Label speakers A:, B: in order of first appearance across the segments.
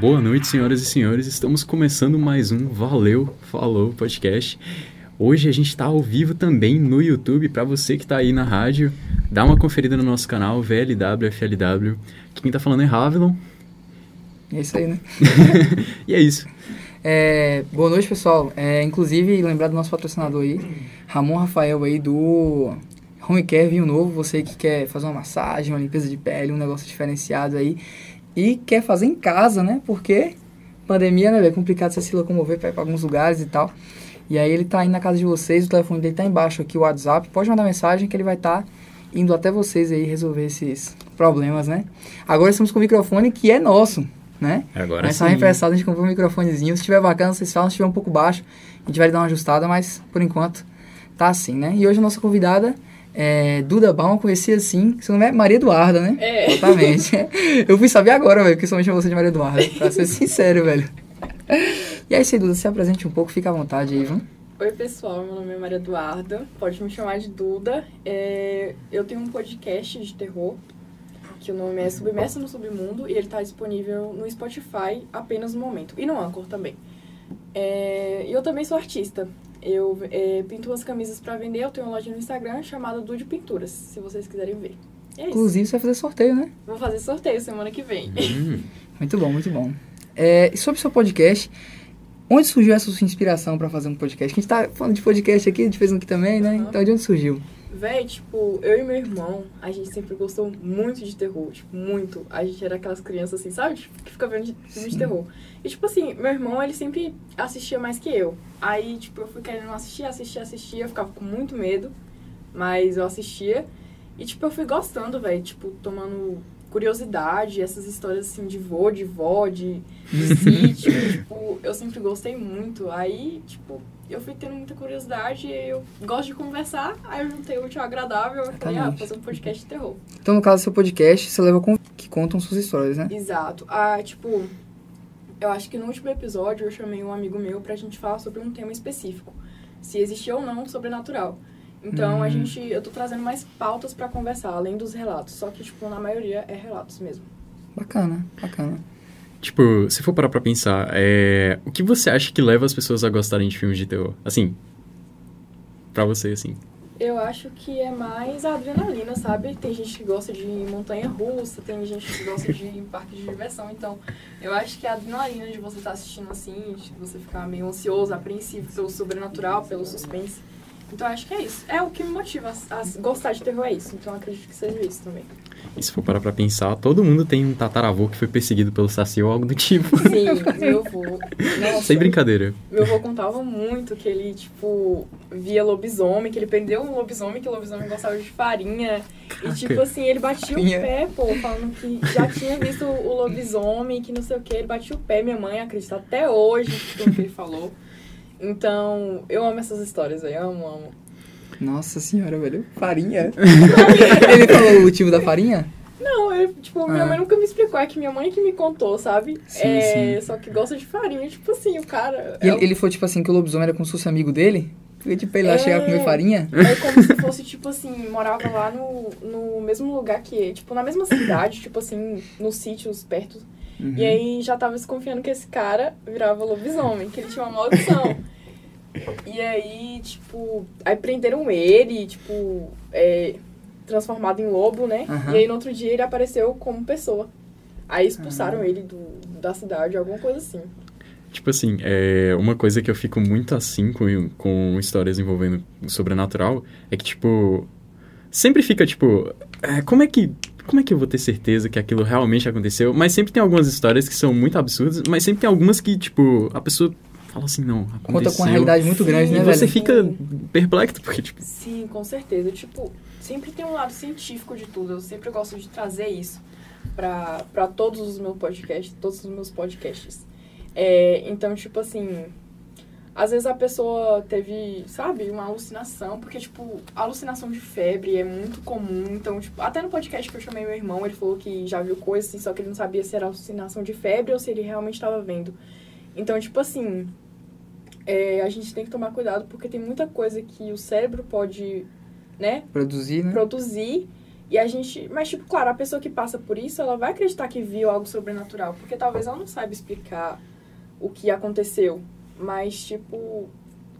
A: Boa noite, senhoras e senhores. Estamos começando mais um Valeu, Falou podcast. Hoje a gente está ao vivo também no YouTube. Para você que está aí na rádio, dá uma conferida no nosso canal VLWFLW. Quem está falando é Ravelon.
B: É isso aí, né?
A: e é isso.
B: É, boa noite, pessoal. É, inclusive, lembrar do nosso patrocinador aí, Ramon Rafael aí do Home Care Vinho Novo. Você que quer fazer uma massagem, uma limpeza de pele, um negócio diferenciado aí. E quer fazer em casa, né? Porque pandemia, né? velho? É complicado você se locomover para ir para alguns lugares e tal. E aí ele tá aí na casa de vocês, o telefone dele tá embaixo aqui, o WhatsApp. Pode mandar mensagem que ele vai estar indo até vocês aí resolver esses problemas, né? Agora estamos com o microfone que é nosso, né?
A: Agora
B: Mas só emprestado, a gente comprou um microfonezinho. Se estiver bacana, vocês falam. Se estiver um pouco baixo, a gente vai dar uma ajustada, mas por enquanto tá assim, né? E hoje a nossa convidada é Duda Baum, conheci assim, seu nome é Maria Eduarda, né?
C: É.
B: Exatamente. Eu fui saber agora, velho, que somente você de Maria Eduarda, pra ser sincero, velho. E aí, sem dúvida, se apresente um pouco, fica à vontade aí, viu?
C: Oi, pessoal. Meu nome é Maria Eduarda. Pode me chamar de Duda. É, Eu tenho um podcast de terror que o nome é Submersa no Submundo e ele está disponível no Spotify apenas no momento. E no Anchor também. É, E eu também sou artista. Eu é, pinto umas camisas para vender. Eu tenho uma loja no Instagram chamada Dude Pinturas, se vocês quiserem ver. E é isso.
B: Inclusive, você vai fazer sorteio, né?
C: Vou fazer sorteio semana que vem.
A: Hum,
B: Muito bom, muito bom. É, e sobre o seu podcast, onde surgiu essa sua inspiração pra fazer um podcast? Que a gente tá falando de podcast aqui, a gente fez um aqui também, né?
C: Aham.
B: Então, de onde surgiu?
C: Véi, tipo, eu e meu irmão, a gente sempre gostou muito de terror, tipo, muito. A gente era aquelas crianças assim, sabe? Tipo, que fica vendo de- filme de terror. E tipo assim, meu irmão, ele sempre assistia mais que eu. Aí, tipo, eu fui querendo assistir, assistir, assistir, eu ficava com muito medo, mas eu assistia. E tipo, eu fui gostando, véi, tipo, tomando curiosidade, essas histórias assim de vô, de vó, de, de sítio, tipo, eu sempre gostei muito. Aí, tipo, eu fui tendo muita curiosidade, eu gosto de conversar, aí eu juntei o útil ao agradável, eu falei, ah,
B: Exatamente.
C: fazer um podcast de terror.
B: Então, no caso do seu podcast, você leva com que contam suas histórias, né?
C: Exato. Ah, tipo, eu acho que no último episódio eu chamei um amigo meu pra gente falar sobre um tema específico, se existia ou não o sobrenatural. Então a
B: Hum.
C: gente, eu tô trazendo mais pautas pra conversar, além dos relatos, só que tipo, na maioria é relatos mesmo.
B: Bacana, bacana.
A: tipo, se for parar pra pensar, é, o que você acha que leva as pessoas a gostarem de filmes de terror? Assim, pra você, assim.
C: Eu acho que é mais a adrenalina, sabe? Tem gente que gosta de montanha russa, tem gente que gosta de parque de diversão. Então, eu acho que a adrenalina de você estar assistindo assim, de você ficar meio ansioso, apreensivo pelo sobrenatural, pelo suspense. Então, eu acho que é isso. É o que me motiva a, a gostar de terror, é isso. Então, eu acredito que seja isso também.
A: E se for parar pra pensar, todo mundo tem um tataravô que foi perseguido pelo Saci ou algo do tipo.
C: Sim, meu avô. Nossa.
A: Sem brincadeira.
C: Meu avô contava muito que ele, tipo, via lobisomem, que ele prendeu um lobisomem, que o lobisomem gostava de farinha. E, tipo assim, ele batia
B: Farinha.
C: o pé, pô, falando que já tinha visto o lobisomem, que não sei o que. Ele batia o pé, minha mãe acredita até hoje em tudo que ele falou. Então, eu amo essas histórias aí, eu amo, amo.
B: Nossa senhora, velho. Farinha. Ele falou o motivo
C: É
B: da farinha?
C: Não, eu, tipo, minha
B: Ah.
C: mãe nunca me explicou, é que minha mãe que me contou, sabe?
B: Sim,
C: é, só que gosta de farinha, tipo assim, o cara...
B: E
C: é
B: ele, ele foi, tipo assim, que o lobisomem era como se fosse amigo dele? Porque, tipo, ele lá
C: É.
B: chegava a comer farinha?
C: É como se fosse, tipo assim, morava lá no, no mesmo lugar que ele, tipo, na mesma cidade, tipo assim, nos sítios perto.
B: Uhum.
C: E aí já tava desconfiando que esse cara virava lobisomem, que ele tinha uma maldição. e aí, tipo, aí prenderam ele, tipo, é, transformado em lobo, né?
B: Aham.
C: E aí no outro dia ele apareceu como pessoa. Aí expulsaram ele do, da cidade, alguma coisa assim.
A: Tipo assim, é, uma coisa que eu fico muito assim com, com histórias envolvendo o sobrenatural é que, tipo, sempre fica, tipo, é, como é que. Como é que eu vou ter certeza que aquilo realmente aconteceu? Mas sempre tem algumas histórias que são muito absurdas, mas sempre tem algumas que, tipo, a pessoa fala assim, não, aconteceu.
B: Conta com uma realidade muito
C: Sim,
B: grande,
A: E
B: né,
A: você
B: velho?
A: fica perplexo, porque, tipo,
C: Sim, com certeza. Tipo, sempre tem um lado científico de tudo. Eu sempre gosto de trazer isso pra pra todos os meus podcasts, todos os meus podcasts. É, então, tipo assim, às vezes a pessoa teve, sabe, uma alucinação, porque, tipo, alucinação de febre é muito comum. Então, tipo, até no podcast que eu chamei meu irmão, ele falou que já viu coisa assim, só que ele não sabia se era alucinação de febre ou se ele realmente estava vendo. Então, tipo assim, é, a gente tem que tomar cuidado porque tem muita coisa que o cérebro pode, né,
B: Produzir, né?
C: produzir E a gente. Mas, tipo, claro, a pessoa que passa por isso, ela vai acreditar que viu algo sobrenatural. Porque talvez ela não saiba explicar o que aconteceu. Mas, tipo.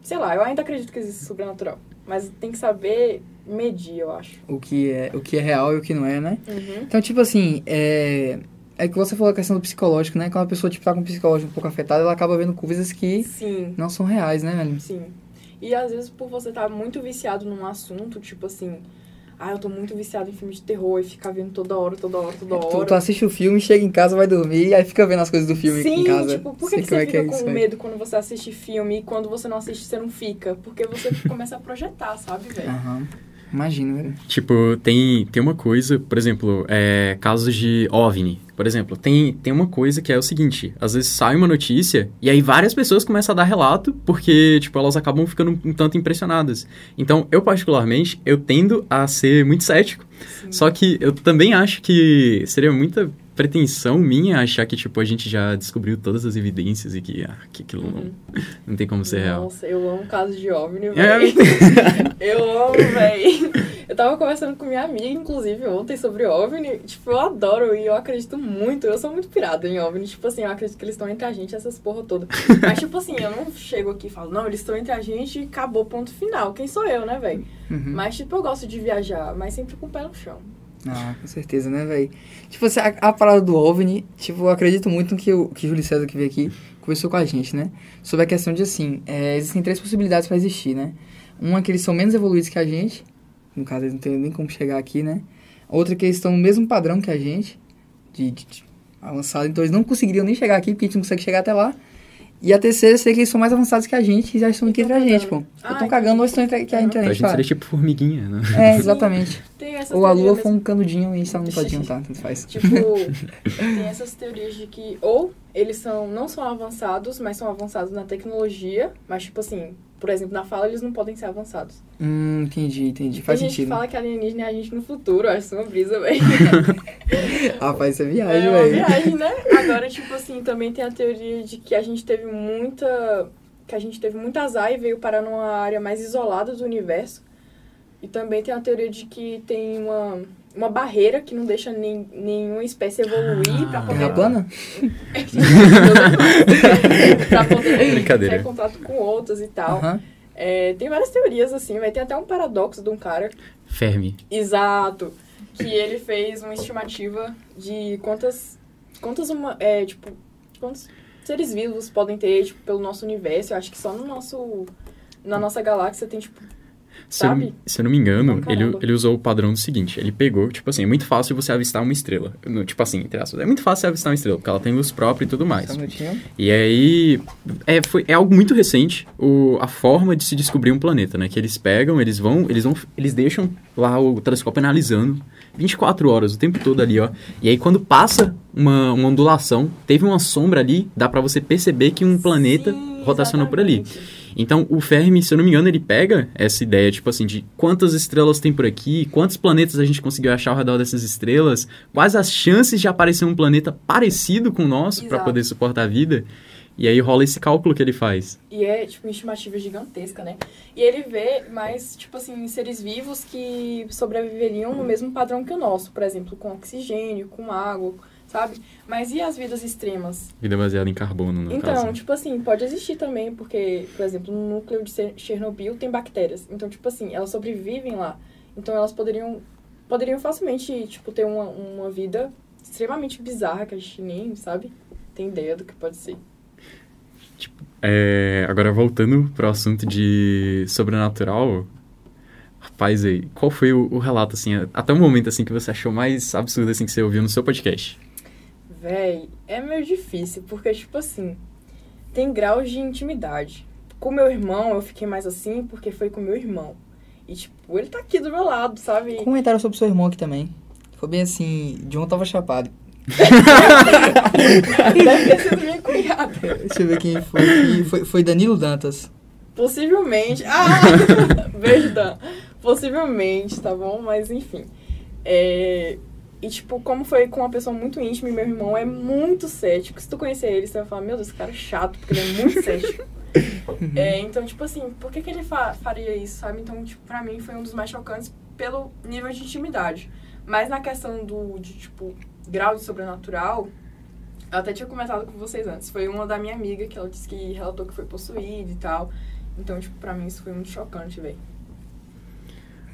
C: Sei lá, eu ainda acredito que existe sobrenatural. Mas tem que saber medir, eu acho.
B: o que é, o que é real e o que não é, né? Então, tipo assim, é. É que você falou a questão do psicológico, né? Quando a pessoa, tipo, tá com o psicológico um pouco afetado, ela acaba vendo coisas que
C: Sim.
B: não são reais, né, velho?
C: Sim. E às vezes por você estar muito viciado num assunto, tipo assim, ah, eu tô muito viciado em filme de terror e ficar vendo toda hora, toda hora, toda hora.
B: Tu, tu assiste o filme, chega em casa, vai dormir, aí fica vendo as coisas do filme
C: Sim,
B: em casa.
C: tipo, por que, que
B: como é
C: você fica com
B: velho.
C: medo quando você assiste filme e quando você não assiste, você não fica? Porque você começa a projetar, sabe, velho?
B: Aham. Imagina, velho.
A: Tipo, tem, tem uma coisa, por exemplo, é, casos de OVNI, por exemplo, tem, tem uma coisa que é o seguinte, às vezes sai uma notícia e aí várias pessoas começam a dar relato porque, tipo, elas acabam ficando um tanto impressionadas. Então, eu particularmente, eu tendo a ser muito cético,
C: Sim.
A: só que eu também acho que seria muita pretensão minha achar que, tipo, a gente já descobriu todas as evidências e que, ah, que aquilo não,
C: Uhum.
A: não tem como ser real.
C: Nossa, eu amo casos de OVNI,
A: É.
C: velho. eu amo, velho. Eu tava conversando com minha amiga, inclusive, ontem sobre OVNI. Tipo, eu adoro e eu acredito muito. Eu sou muito pirada em OVNI. Tipo assim, eu acredito que eles estão entre a gente, essas porra toda. Mas, tipo assim, eu não chego aqui e falo, não, eles estão entre a gente e acabou, ponto final. Quem sou eu, né, velho?
B: Uhum.
C: Mas, tipo, eu gosto de viajar, mas sempre com o pé no chão.
B: Ah, com certeza, né, velho? Tipo, assim, a, a parada do OVNI, tipo, eu acredito muito no que o que o Júlio César que veio aqui conversou com a gente, né? Sobre a questão de, assim, é, existem três possibilidades pra existir, né? Uma que eles são menos evoluídos que a gente, no caso, eles não têm nem como chegar aqui, né? Outra que eles estão no mesmo padrão que a gente, de, de- de avançado, então eles não conseguiriam nem chegar aqui, porque a gente não consegue chegar até lá. E a terceira seria que eles são mais avançados que a gente e já estão aqui entre a gente, pô.
C: Ah,
B: Estão cagando ou estão entre, que a gente,
A: Então, a gente
B: fala.
A: seria tipo formiguinha, né?
B: É, exatamente.
C: Tem essas
B: Ou a
C: teorias
B: lua
C: mesmo.
B: foi um canudinho e está no todinho, tá? Tanto faz.
C: Tipo, tem essas teorias de que ou eles são não são avançados, mas são avançados na tecnologia, mas tipo assim, por exemplo, na fala eles não podem ser avançados.
B: Hum, entendi, entendi. Faz
C: tem gente que
B: sentido.
C: fala que alienígena é a gente no futuro, eu acho isso uma brisa, velho.
B: Rapaz, isso é viagem,
C: É uma
B: velho.
C: viagem, né? Agora, tipo assim, também tem a teoria de que a gente teve muita. que a gente teve muito azar e veio parar numa área mais isolada do universo. E também tem a teoria de que tem uma, uma barreira que não deixa nem- nenhuma espécie evoluir pra
A: Ah.
C: poder
B: Terra plana?
C: pra poder
A: Brincadeira.
C: entrar em contato com outras e tal.
B: Aham.
C: É, tem várias teorias, assim, vai ter até um paradoxo de um cara.
A: Fermi.
C: Exato. Que ele fez uma estimativa de quantas. Quantas uma. É, tipo. Quantos seres vivos podem ter, tipo, pelo nosso universo. Eu acho que só no nosso. Na nossa galáxia tem, tipo.
A: Se eu, não-
C: Sabe?
A: se eu não me engano,
C: Pra
A: ele,
C: caramba.
A: ele usou o padrão do seguinte: ele pegou, tipo assim, é muito fácil você avistar uma estrela. No- Tipo assim, entre aspas, é muito fácil você avistar uma estrela, porque ela tem luz própria e tudo mais.
B: Só um minutinho.
A: E aí, é, foi, é algo muito recente o, a forma de se descobrir um planeta, né? Que eles pegam, eles vão, eles vão, eles deixam lá o telescópio analisando 24 horas, o tempo todo ali, ó. E aí, quando passa uma, uma ondulação, teve uma sombra ali, dá pra você perceber que um planeta
C: Sim,
A: rotacionou por ali.
C: exatamente.
A: Então, o Fermi, se eu não me engano, ele pega essa ideia, tipo assim, de quantas estrelas tem por aqui, quantos planetas a gente conseguiu achar ao redor dessas estrelas, quais as chances de aparecer um planeta parecido com o nosso para
C: Exato.
A: poder suportar a vida. E aí rola esse cálculo que ele faz.
C: E é, tipo, uma estimativa gigantesca, né? E ele vê mais, tipo assim, seres vivos que sobreviveriam no mesmo padrão que o nosso, por exemplo, com oxigênio, com água, sabe? Mas e as vidas extremas?
A: Vida baseada em carbono, no
C: Então,
A: caso.
C: tipo assim, pode existir também, porque, por exemplo, no núcleo de Cher- Chernobyl tem bactérias. Então, tipo assim, elas sobrevivem lá. Então, elas poderiam, poderiam facilmente, tipo, ter uma, uma vida extremamente bizarra que a gente nem, sabe, tem ideia do que pode ser.
A: É, agora, voltando pro assunto de sobrenatural... Rapaz, aí, qual foi o, o relato, assim, até o momento, assim, que você achou mais absurdo, assim, que você ouviu no seu podcast?
C: Véi, é meio difícil, porque, tipo assim, tem graus de intimidade. Com meu irmão, eu fiquei mais assim, porque foi com meu irmão. E, tipo, ele tá aqui do meu lado, sabe?
B: Um Comentário sobre seu irmão aqui também. Foi bem assim, John tava chapado.
C: Deve ter sido minha cunhada.
B: Deixa eu ver quem foi. aqui. Foi, foi Danilo Dantas.
C: Possivelmente. Ah! Beijo, Dan. Possivelmente, tá bom? Mas enfim. É, E tipo, como foi com uma pessoa muito íntima e meu irmão é muito cético. Se tu conhecer ele, você vai falar, meu Deus, esse cara é chato, porque ele é muito cético. É, então, tipo assim, por que, que ele fa- faria isso, sabe? Então, tipo, pra mim foi um dos mais chocantes pelo nível de intimidade. Mas na questão do, de, tipo, grau de sobrenatural, eu até tinha comentado com vocês antes. Foi uma da minha amiga que ela disse que relatou que foi possuída e tal. Então, tipo, pra mim isso foi muito chocante, velho.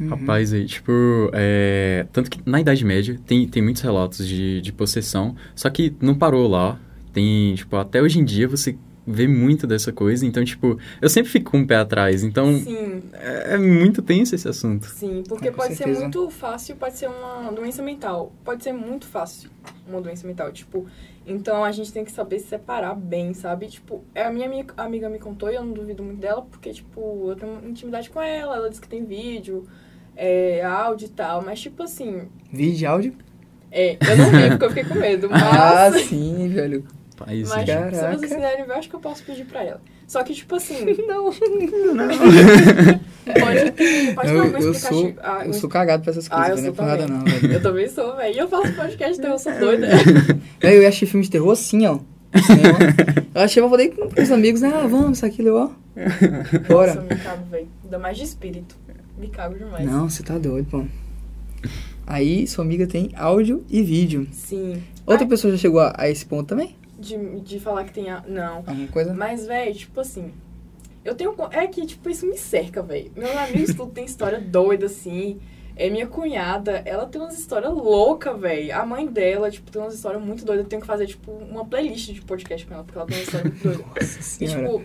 B: Uhum.
A: Rapaz, aí, tipo, é, tanto que na Idade Média tem, tem muitos relatos de, de possessão, só que não parou lá. Tem, tipo, até hoje em dia você vê muito dessa coisa, então, tipo, eu sempre fico com um pé atrás, então
C: Sim,
A: é, é muito tenso esse assunto.
C: sim.
B: Hum.
C: Porque
B: Ah, Com
C: pode
B: certeza.
C: ser muito fácil, pode ser uma doença mental. Pode ser muito fácil uma doença mental. Tipo, então a gente tem que saber separar bem, sabe? Tipo, é, a minha ami- amiga me contou e eu não duvido muito dela, porque, tipo, eu tenho intimidade com ela, ela disse que tem vídeo, é, áudio e tal. Mas, tipo assim,
B: Vídeo e áudio?
C: é, eu não vi porque eu fiquei com medo,
B: Ah,
C: mas.
B: sim, velho.
A: Rapaz,
C: Mas,
A: gente,
C: tipo, se
B: Caraca.
C: vocês quiserem ver, eu acho que eu posso pedir pra ela. Só que, tipo assim, não. pode ter, pode ter
B: Eu,
C: algum
B: eu sou,
C: explicativo. Ah,
B: eu sou cagado pra essas
C: Ah,
B: coisas, velho. Não
C: eu
B: é
C: sou
B: por nada
C: também.
B: não, velho.
C: eu também sou, velho. E eu faço podcast, então eu sou doida.
B: Aí eu achei filme de terror assim, ó. no cinema. eu achei pra poder ir com os amigos, né? Ah, vamos, isso, aquilo, ó.
C: Nossa, eu
B: Bora.
C: me cago, velho. Ainda mais de espírito. Me cago demais.
B: Não, você tá doido, pô. Aí sua amiga tem áudio e vídeo.
C: Sim.
B: Outra
C: Ai.
B: pessoa já chegou a, a esse ponto também?
C: De, de falar que tem a... Não.
B: Alguma coisa?
C: Mas, velho, tipo assim... Eu tenho... co- É que, tipo, isso me cerca, velho. Meus amigos tudo tem história doida, assim. É minha cunhada, ela tem umas histórias loucas, velho. A mãe dela, tipo, tem umas histórias muito doidas. Eu tenho que fazer, tipo, uma playlist de podcast com ela, porque ela tem uma história muito doida.
B: Nossa
C: E,
B: senhora.
C: tipo,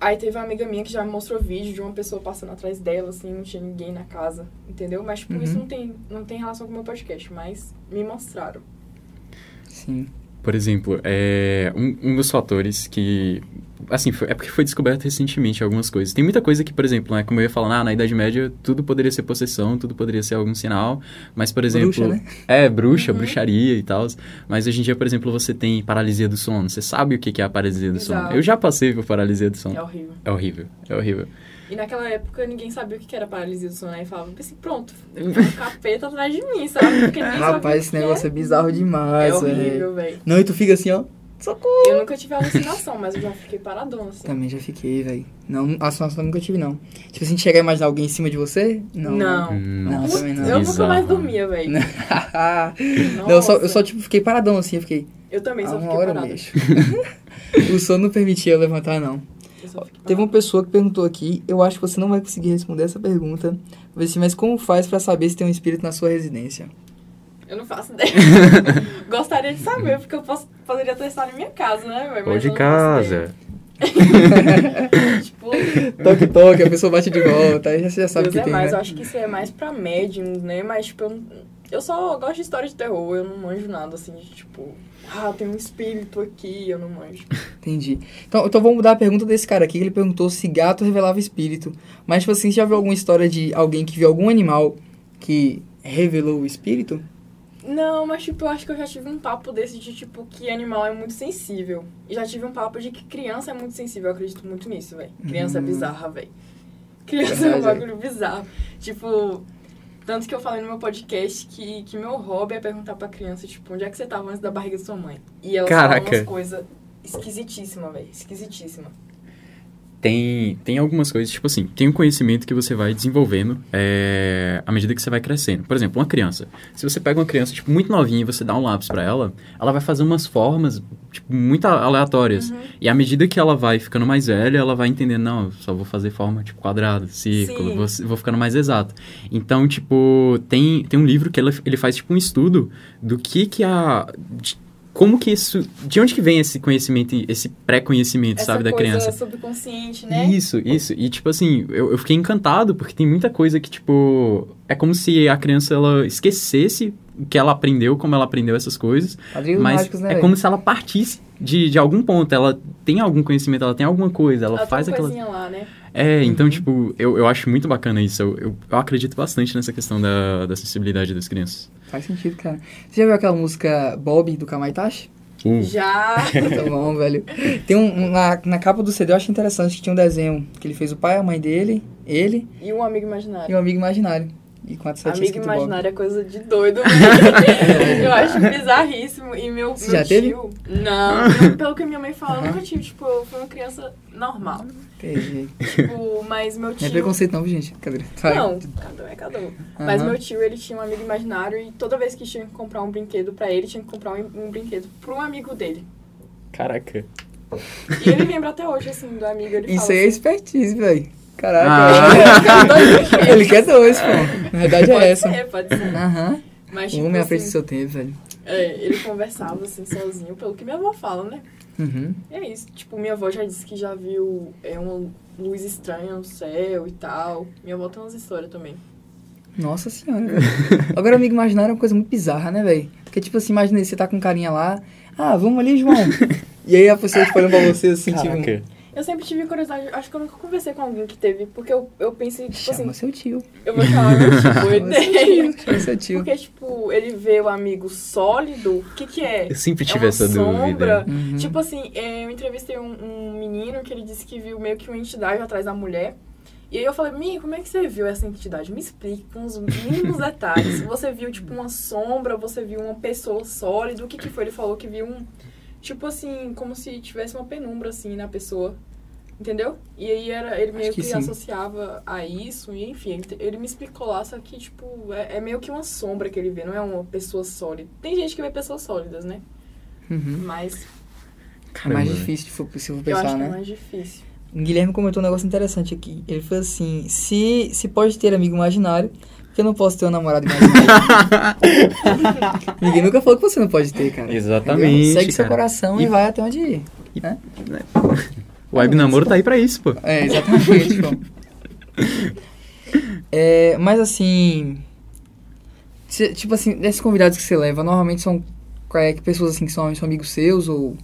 C: aí teve uma amiga minha que já me mostrou vídeo de uma pessoa passando atrás dela, assim, não tinha ninguém na casa, entendeu? Mas, tipo,
B: Uhum.
C: isso não tem, não tem relação com o meu podcast, mas me mostraram.
B: Sim.
A: Por exemplo, é, um, um dos fatores que. Assim, foi- é porque foi descoberto recentemente algumas coisas. Tem muita coisa que, por exemplo, né, como eu ia falar, ah, na Idade Média tudo poderia ser possessão, tudo poderia ser algum sinal, mas, por exemplo.
B: Bruxa, né?
A: É, bruxa,
C: Uhum.
A: bruxaria e tal. Mas hoje em dia, por exemplo, você tem paralisia do sono. Você sabe o que que é a paralisia do sono.
C: Exato.
A: Eu já passei por paralisia do sono.
C: É horrível.
A: É horrível, é horrível.
C: E naquela época ninguém sabia o que que era paralisia do sono, aí falava assim, pronto, tem um capeta atrás de mim, sabe? Porque ninguém sabia o
B: Rapaz, esse
C: que
B: negócio é bizarro
C: é,
B: demais,
C: é
B: velho.
C: horrível, velho.
B: Não, e tu fica assim, ó. Socorro.
C: Eu nunca tive alucinação, mas eu já fiquei paradona, assim.
B: Também já fiquei, velho. Não, assombração eu nunca tive, não. Tipo, assim, chegar a imaginar alguém em cima de você? Não.
C: Não.
A: Hum, Nossa.
C: Putz,
B: também não.
C: eu nunca mais
A: Bizarro.
C: dormia, velho.
B: Ah, não, eu só, eu
C: Nossa.
B: só, tipo, fiquei paradão assim. Eu fiquei,
C: Eu também
B: ah,
C: só
B: uma
C: fiquei
B: hora,
C: parada.
B: bicho. o sono não permitia eu levantar, não.
C: Eu só
B: Teve um
C: fiquei parada.
B: uma pessoa que perguntou aqui, eu acho que você não vai conseguir responder essa pergunta. Vou assim, mas como faz pra saber se tem um espírito na sua residência?
C: Eu não faço ideia. Gostaria de saber, porque eu posso, poderia testar na minha casa, né? velho? Mas
A: Ou de
C: eu não faço ideia.
A: casa.
C: Tipo,
B: Toque, toque, a pessoa bate de volta, aí você já sabe
C: Deus
B: que
C: é
B: tem,
C: mais.
B: né?
C: Eu acho que isso é mais pra médiums, né? Mas, tipo, eu, não- eu só gosto de história de terror. Eu não manjo nada, assim, de tipo... Ah, tem um espírito aqui, eu não manjo.
B: Entendi. Então, então vamos mudar a pergunta desse cara aqui, que ele perguntou se gato revelava espírito. Mas, tipo assim, você já viu alguma história de alguém que viu algum animal que revelou o espírito?
C: Não, mas, tipo, eu acho que eu já tive um papo desse de, tipo, que animal é muito sensível. E já tive um papo de que criança é muito sensível. Eu acredito muito nisso, velho. Criança
B: Hum.
C: é bizarra, velho. Criança é um
B: Verdade,
C: bagulho bizarro. Tipo, tanto que eu falei no meu podcast que, que meu hobby é perguntar pra criança, tipo, onde é que você tava antes da barriga de sua mãe? E ela fala
A: Caraca.
C: umas coisas esquisitíssimas, velho. Esquisitíssima.
A: Tem, tem algumas coisas, tipo assim, tem um conhecimento que você vai desenvolvendo é, à medida que você vai crescendo. Por exemplo, uma criança. Se você pega uma criança, tipo, muito novinha e você dá um lápis pra ela, ela vai fazer umas formas, tipo, muito a- aleatórias.
C: Uhum.
A: E à medida que ela vai ficando mais velha, ela vai entender, não, eu só vou fazer forma, tipo, quadrado, círculo,
C: Sim.
A: vou, vou ficando mais exato. Então, tipo, tem, tem um livro que ela- ele faz, tipo, um estudo do que que a... de- como que isso... De onde que vem esse conhecimento, esse pré-conhecimento,
C: Essa
A: sabe, da
C: coisa
A: criança?
C: subconsciente, né?
A: Isso, isso. E, tipo assim, eu, eu fiquei encantado, porque tem muita coisa que, tipo... É como se a criança, ela esquecesse o que ela aprendeu, como ela aprendeu essas coisas.
B: Quadrinhos
A: mas
B: mágicos, né?
A: é
B: velho?
A: como se ela partisse de, de algum ponto. Ela tem algum conhecimento, ela tem alguma coisa, ela,
C: Ela
A: faz
C: tem uma
A: aquela...
C: coisinha lá, né?
A: É, então,
B: Uhum.
A: tipo, eu, eu acho muito bacana isso. Eu, eu, eu acredito bastante nessa questão da, da sensibilidade das crianças.
B: Faz sentido, cara. Você já viu aquela música Bob do Kamaitachi?
A: Uh,
C: Já.
B: Muito Tá bom, velho. Tem um, um- na, na capa do CD eu acho interessante que tinha um desenho que ele fez o pai, a mãe dele, ele
C: E um amigo
B: e
C: imaginário.
B: um amigo imaginário. e com a setinha
C: Amigo
B: escrito Bob.
C: imaginário é coisa de doido. mesmo. eu acho bizarríssimo. E meu,
B: Você
C: meu
B: já teve?
C: tio. Não, eu- pelo que minha mãe fala, eu nunca tive. Tipo, eu fui uma criança normal.
B: Entendi.
C: Tipo, mas meu
B: Não é
C: tio.
B: preconceito não, viu, gente. Cadê?
C: Não, cada um é cada um. Mas meu tio, ele tinha um amigo imaginário e toda vez que tinha que comprar um brinquedo pra ele, tinha que comprar um, um brinquedo pra um amigo dele.
A: Caraca.
C: E ele lembra até hoje, assim, do amigo. Ele
B: Isso
C: fala
B: aí é expertise, velho.
A: Ah.
B: Caraca.
C: assim,
B: Ele quer dois, pô. Na verdade é essa.
C: Pode ser, pode ser.
B: Aham.
C: Mas,
B: Um
C: tipo,
B: homem à frente do
C: assim,
B: seu tempo, velho.
C: é, ele conversava, assim, sozinho, pelo que minha avó fala, né?
B: Uhum.
C: É isso. Tipo, minha avó já disse que já viu é, uma luz estranha no céu e tal. Minha avó tem umas histórias também.
B: Nossa senhora, velho. Agora, amigo imaginário é uma coisa muito bizarra, né, velho? Porque, tipo assim, imagina aí, você tá com um carinha lá. Ah, vamos ali, João. e aí a pessoa tipo, olhando pra você assim, tipo.
A: Caraca.
C: Eu sempre tive curiosidade, acho que eu nunca conversei com alguém que teve, porque eu, eu pensei, tipo
B: Chama
C: assim,
B: seu tio.
C: eu vou chamar meu tipo, eu
B: Chama seu
C: odeio.
B: tio. Chama seu tio.
C: Porque, tipo, ele vê o amigo sólido, o que que é?
A: Eu sempre
C: É
A: tive
C: uma
A: essa
C: sombra?
A: dúvida.
B: Uhum.
C: Tipo assim, é, eu entrevistei um, um menino que ele disse que viu meio que uma entidade atrás da mulher. E aí eu falei, Mi, como é que você viu essa entidade? Me explique com os mínimos detalhes. Você viu, tipo, uma sombra, você viu uma pessoa sólida, o que que foi? Ele falou que viu um. Tipo assim, como se tivesse uma penumbra assim na pessoa. Entendeu? E aí era, ele meio
B: que
C: que,
B: sim.
C: associava a isso, e enfim, ele, ele me explicou lá, só que, tipo, é, é meio que uma sombra que ele vê, não é uma pessoa sólida. Tem gente que vê pessoas sólidas, né?
B: Uhum.
C: Mas
B: É mais
A: Caramba.
B: difícil, tipo, se eu for
C: eu acho
B: pensar,
C: que é
B: né?
C: mais difícil.
B: O Guilherme comentou um negócio interessante aqui. Ele falou assim: se, se pode ter amigo imaginário, porque eu não posso ter um namorado imaginário. Ninguém nunca falou que você não pode ter, cara.
A: Exatamente,
B: Entendeu? Segue seu
A: cara.
B: coração e,
A: E-
B: vai até onde ir.
A: O web namoro tá aí pra isso, pô.
B: É, exatamente, João. É, mas assim. cê- tipo assim, desses convidados que você leva, normalmente são é, que pessoas assim que são, são amigos seus ou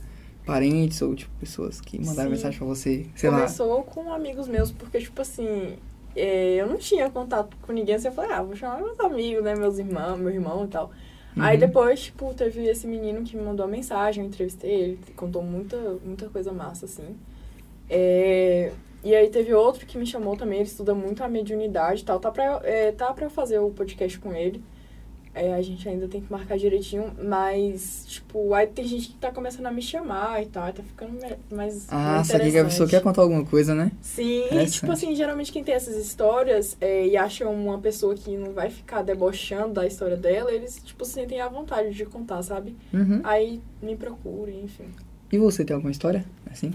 B: parentes ou tipo pessoas que mandaram
C: Sim.
B: mensagem pra você, sei lá.
C: Começou com amigos meus, porque, tipo assim, é, eu não tinha contato com ninguém, assim, eu falei, ah, vou chamar meus amigos, né, meus irmãos, meu irmão e tal. Aí
B: Uhum.
C: depois, tipo, teve esse menino que me mandou uma mensagem, eu entrevistei ele, contou muita, muita coisa massa, assim. É, e aí teve outro que me chamou também, ele estuda muito a mediunidade e tal, tá pra, eu- é, tá pra eu fazer o podcast com ele. É, a gente ainda tem que marcar direitinho, mas, tipo, aí tem gente que tá começando a me chamar e tal, aí tá ficando me- mais
B: Ah,
C: mais
B: saquei que a pessoa
C: interessante.
B: quer contar alguma coisa, né?
C: Sim, e,
B: Interessante.
C: tipo assim, geralmente quem tem essas histórias é, e acha uma pessoa que não vai ficar debochando da história dela, eles, tipo, se sentem à vontade de contar, sabe?
B: Uhum.
C: Aí me procurem, enfim.
B: E você tem alguma história? Assim?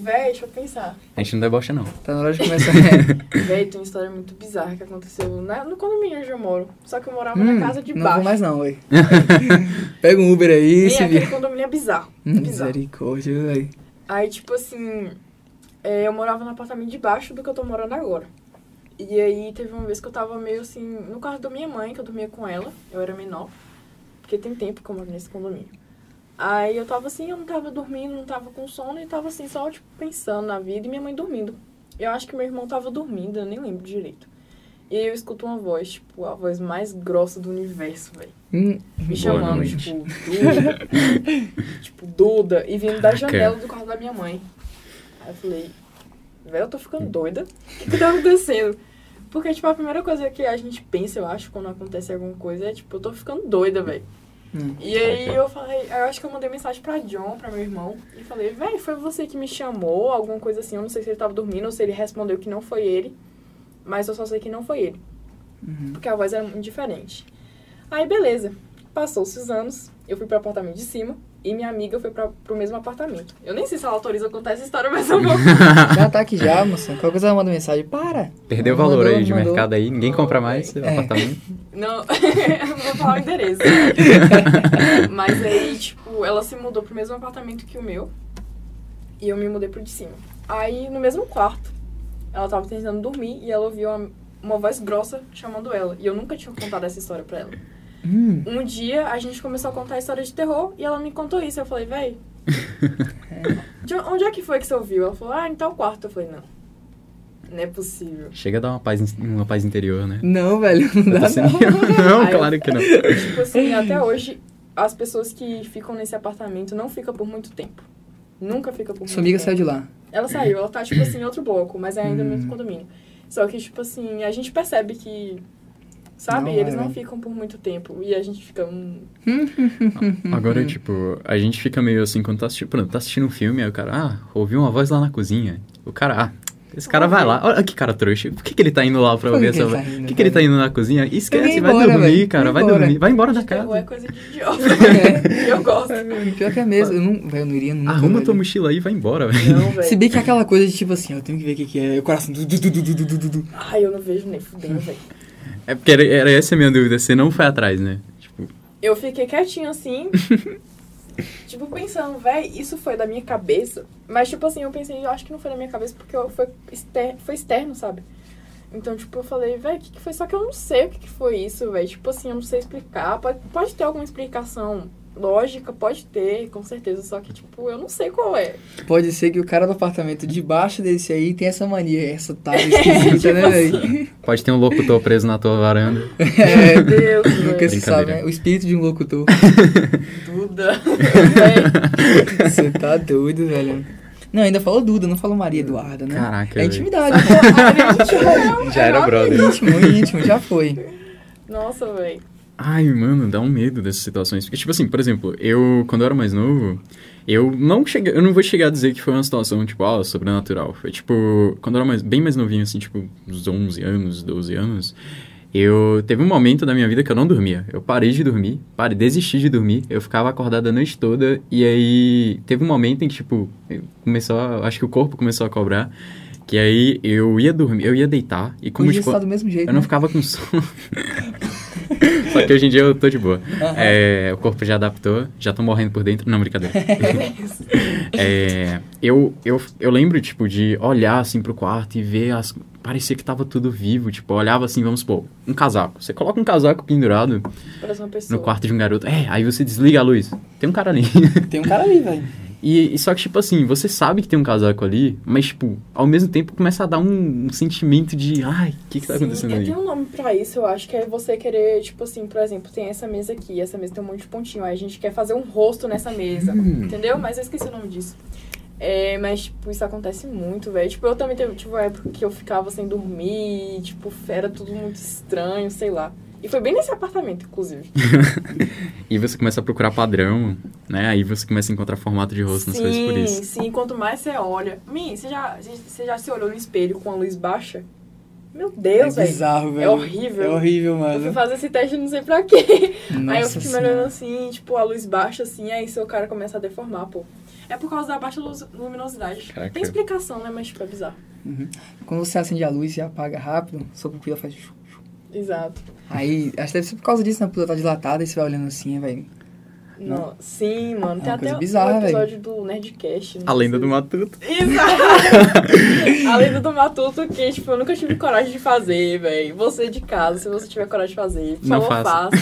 C: Véi, deixa eu pensar.
A: A gente não debocha, não.
B: Tá na hora de começar. né?
C: Véi, tem uma história muito bizarra que aconteceu na, no condomínio onde eu moro. Só que eu morava
B: Hum,
C: na casa de
B: não
C: baixo.
B: vou mais não, ué. Pega um Uber aí,
C: Véi,
B: se
C: aquele
B: vira.
C: condomínio é bizarro.
B: Hum,
C: bizarro.
B: Misericórdia, velho.
C: Aí, tipo assim, é, eu morava no apartamento de baixo do que eu tô morando agora. E aí teve uma vez que eu tava meio assim, no quarto da minha mãe, que eu dormia com ela, eu era menor, porque tem tempo que eu moro nesse condomínio. Aí eu tava assim, eu não tava dormindo, não tava com sono, e tava assim, só tipo pensando na vida e minha mãe dormindo. Eu acho que meu irmão tava dormindo, eu nem lembro direito. E aí eu escuto uma voz, tipo, a voz mais grossa do universo, velho.
B: Hum,
C: Me
A: Boa
C: chamando,
A: noite.
C: tipo, Duda. tipo, Duda. E vindo da
A: Caraca.
C: janela do quarto da minha mãe. Aí eu falei, velho, eu tô ficando doida. O que, que tá acontecendo? Porque, tipo, a primeira coisa que a gente pensa, eu acho, quando acontece alguma coisa, é, tipo, eu tô ficando doida, velho.
B: Hum.
C: E aí eu falei, eu acho que eu mandei mensagem pra John, pra meu irmão, e falei, velho, foi você que me chamou, alguma coisa assim, eu não sei se ele tava dormindo ou se ele respondeu que não foi ele, mas eu só sei que não foi ele. Porque a voz era muito diferente. Aí, beleza. Passou-se os anos, eu fui pro apartamento de cima e minha amiga foi pra, pro mesmo apartamento. Eu nem sei se ela autoriza eu contar essa história, mas eu vou.
B: Já tá aqui já, moça. Qualquer coisa ela manda mensagem. Para!
A: Perdeu
B: Mandou,
A: valor aí de
B: mandou.
A: mercado aí, ninguém compra mais
B: É.
A: apartamento.
C: Não, eu não vou falar o endereço. Mas aí, tipo, ela se mudou pro mesmo apartamento que o meu. E eu me mudei pro de cima. Aí, no mesmo quarto, ela tava tentando dormir e ela ouviu uma, uma voz grossa chamando ela. E eu nunca tinha contado essa história pra ela.
B: Hum,
C: Um dia a gente começou a contar a história de terror e ela me contou isso. Eu falei, véi, de on- onde é que foi que você ouviu? Ela falou, ah, em tal quarto. Eu falei, não. Não é possível.
A: Chega a dar uma paz, in- uma paz interior, né?
B: Não, velho, não dá
A: Assim,
B: não.
A: não,
C: Aí eu-
A: claro que não.
C: Tipo
B: É
C: assim, até hoje, as pessoas que ficam nesse apartamento não ficam por muito tempo. Nunca fica por
B: Sua
C: muito
B: amiga
C: tempo.
B: saiu de lá.
C: Ela saiu, ela tá, tipo assim, em outro bloco, mas ainda no
B: Hum.
C: mesmo condomínio. Só que, tipo assim, a gente percebe que. Sabe?
B: Não,
C: eles
B: é,
C: não
B: né?
C: ficam por muito tempo. E a gente fica. hum,
B: Uhum.
A: Agora, tipo, a gente fica meio assim quando tá assistindo, pronto, tá assistindo um filme, aí o cara, ah, ouvi uma voz lá na cozinha. O cara, ah, esse cara vai lá. Olha que cara trouxa. Por que, que ele tá indo lá pra
B: Por que
A: ouvir
B: que
A: essa
B: ele
A: voz?
B: tá indo,
A: Por que, que ele tá
B: velho?
A: indo na cozinha? Esquece,
B: Eu
A: vai
B: ia embora,
A: dormir,
B: velho.
A: cara,
B: Eu
A: vai
B: ia embora.
A: dormir. Vai embora da
C: terror É
A: casa.
C: coisa de idiota.
B: É.
C: E eu gosto.
B: Pior que é mesmo. Eu não, velho, eu não iria nunca.
A: Arruma
B: velho.
A: tua mochila aí e vai embora, velho.
C: Não,
B: Se
C: velho.
B: bem que é aquela coisa de tipo assim, eu tenho que ver o que, que é. E o coração. Du, du, du, du, du, du, du, du.
C: Ai, eu não vejo nem fudendo, velho.
A: É porque era, era essa a minha dúvida, você não foi atrás, né? Tipo,
C: Eu fiquei quietinho assim. tipo, pensando, véi, isso foi da minha cabeça. Mas, tipo assim, eu pensei, eu acho que não foi da minha cabeça porque eu, foi, exter- foi externo, sabe? Então, tipo, eu falei, véi, o que, que foi? Só que eu não sei o que, que foi isso, véi. Tipo assim, eu não sei explicar. Pode, pode ter alguma explicação lógica, pode ter, com certeza. Só que, tipo, eu não sei qual é.
B: Pode ser que o cara do apartamento debaixo desse aí tem essa mania, essa tábua
A: Tipo
B: esquisita, né, velho?
A: pode ter um locutor preso na tua varanda.
B: É,
C: Meu Deus,
B: nunca
C: véi.
B: se sabe,
A: Brincadeira.
B: né? O espírito de um locutor.
C: Duda. Véi,
B: Você tá doido, velho. Não, ainda falou Duda, não falou Maria Eduarda, né?
A: Caraca,
B: É
A: velho.
B: intimidade.
C: a gente rompeu,
A: Já era
C: é
A: brother.
C: rápido.
B: íntimo, íntimo, já foi.
C: Nossa, véi.
A: Ai, mano, dá um medo dessas situações. Porque, tipo assim, por exemplo, eu, quando eu era mais novo, eu não cheguei, eu não vou chegar a dizer que foi uma situação, tipo, ah, sobrenatural. Foi, tipo, quando eu era mais, bem mais novinho, assim, tipo, uns 11 anos, 12 anos, eu, teve um momento da minha vida que eu não dormia. Eu parei de dormir, parei, desisti de dormir, eu ficava acordado a noite toda, e aí, teve um momento em que, tipo, eu- começou, a- acho que o corpo começou a cobrar, que aí eu ia dormir, eu ia deitar, e como,
B: Hoje
A: tipo...
B: está do mesmo jeito.
A: Eu não
B: né?
A: ficava com sono. Só que hoje em dia eu tô de boa.
B: Aham.
A: É, o corpo já adaptou, já tô morrendo por dentro. Não, brincadeira. É, eu, eu, eu lembro, tipo, de olhar, assim, pro quarto e ver as... Parecia que tava tudo vivo, tipo, eu olhava assim, vamos supor, um casaco. Você coloca um casaco pendurado
C: Parece uma pessoa.
A: no quarto de um garoto. É, aí você desliga a luz. Tem um cara ali.
B: Tem um cara ali, velho.
A: E, e só que, tipo assim, você sabe que tem um casaco ali, mas, tipo, ao mesmo tempo começa a dar um, um sentimento de... Ai, o que que tá
C: Sim,
A: acontecendo
C: é,
A: ali?
C: Tem um nome pra isso, eu acho que é você querer, tipo assim, por exemplo, tem essa mesa aqui, essa mesa tem um monte de pontinho, aí a gente quer fazer um rosto nessa mesa,
A: Hum.
C: entendeu? Mas eu esqueci o nome disso. É, mas, tipo, isso acontece muito, velho. Tipo, eu também teve, tipo, uma época que eu ficava sem dormir, tipo, era tudo muito estranho, sei lá. E foi bem nesse apartamento, inclusive.
A: E você começa a procurar padrão, né? Aí você começa a encontrar formato de rosto nas coisas por
C: sim,
A: isso.
C: sim, quanto mais você olha. Mi, você já, você já se olhou no espelho com a luz baixa? Meu
B: É
C: Deus, velho.
B: bizarro, velho.
C: É horrível.
B: É horrível,
C: Eu fui
B: mano.
C: fazer esse teste não sei pra quê. aí eu
B: Nossa
C: fico
B: Senhora.
C: melhorando assim, tipo, a luz baixa assim, aí seu cara começa a deformar, pô. É por causa da baixa luz- luminosidade.
A: Caraca.
C: Tem explicação, né? Mas, tipo, é bizarro.
B: assim, Quando você acende a luz e apaga rápido, sua pupila faz. chu.
C: Exato.
B: Aí, acho que deve ser por causa disso, né? A pupila tá dilatada e você vai olhando assim, velho.
C: Não, sim,
B: É
C: mano. Tem
B: uma
C: até
B: coisa
C: um
B: bizarra,
C: episódio do Nerdcast. né?
A: A lenda do matuto.
C: Exato! a lenda do Matuto que, tipo, eu nunca tive coragem de fazer, velho. Você de casa, se você tiver coragem de fazer, por
A: Não
C: favor,
A: faça.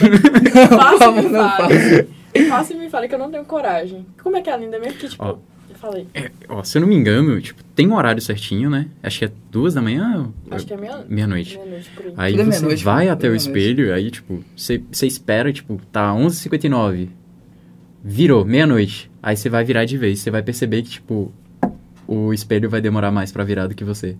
C: faça. Faça e me
B: Não, não
C: fale. Faça e me fale que eu não tenho coragem. Como é que é a lenda mesmo? Que, tipo,
A: Ó.
C: eu falei,
A: Ó, se eu não me engano, tipo, tem um horário certinho, né? Acho que é duas da manhã,
C: acho que é meia-
A: meia-noite.
C: meia-noite por aí.
A: Aí
B: Tudo é
A: você
B: meia-noite,
A: vai
B: pô,
A: até o
B: meia-noite.
A: espelho, aí, tipo, você você espera, tipo, tá 11h59. Virou, meia-noite. Aí você vai virar de vez. Você vai perceber que, tipo, o espelho vai demorar mais pra virar do que você.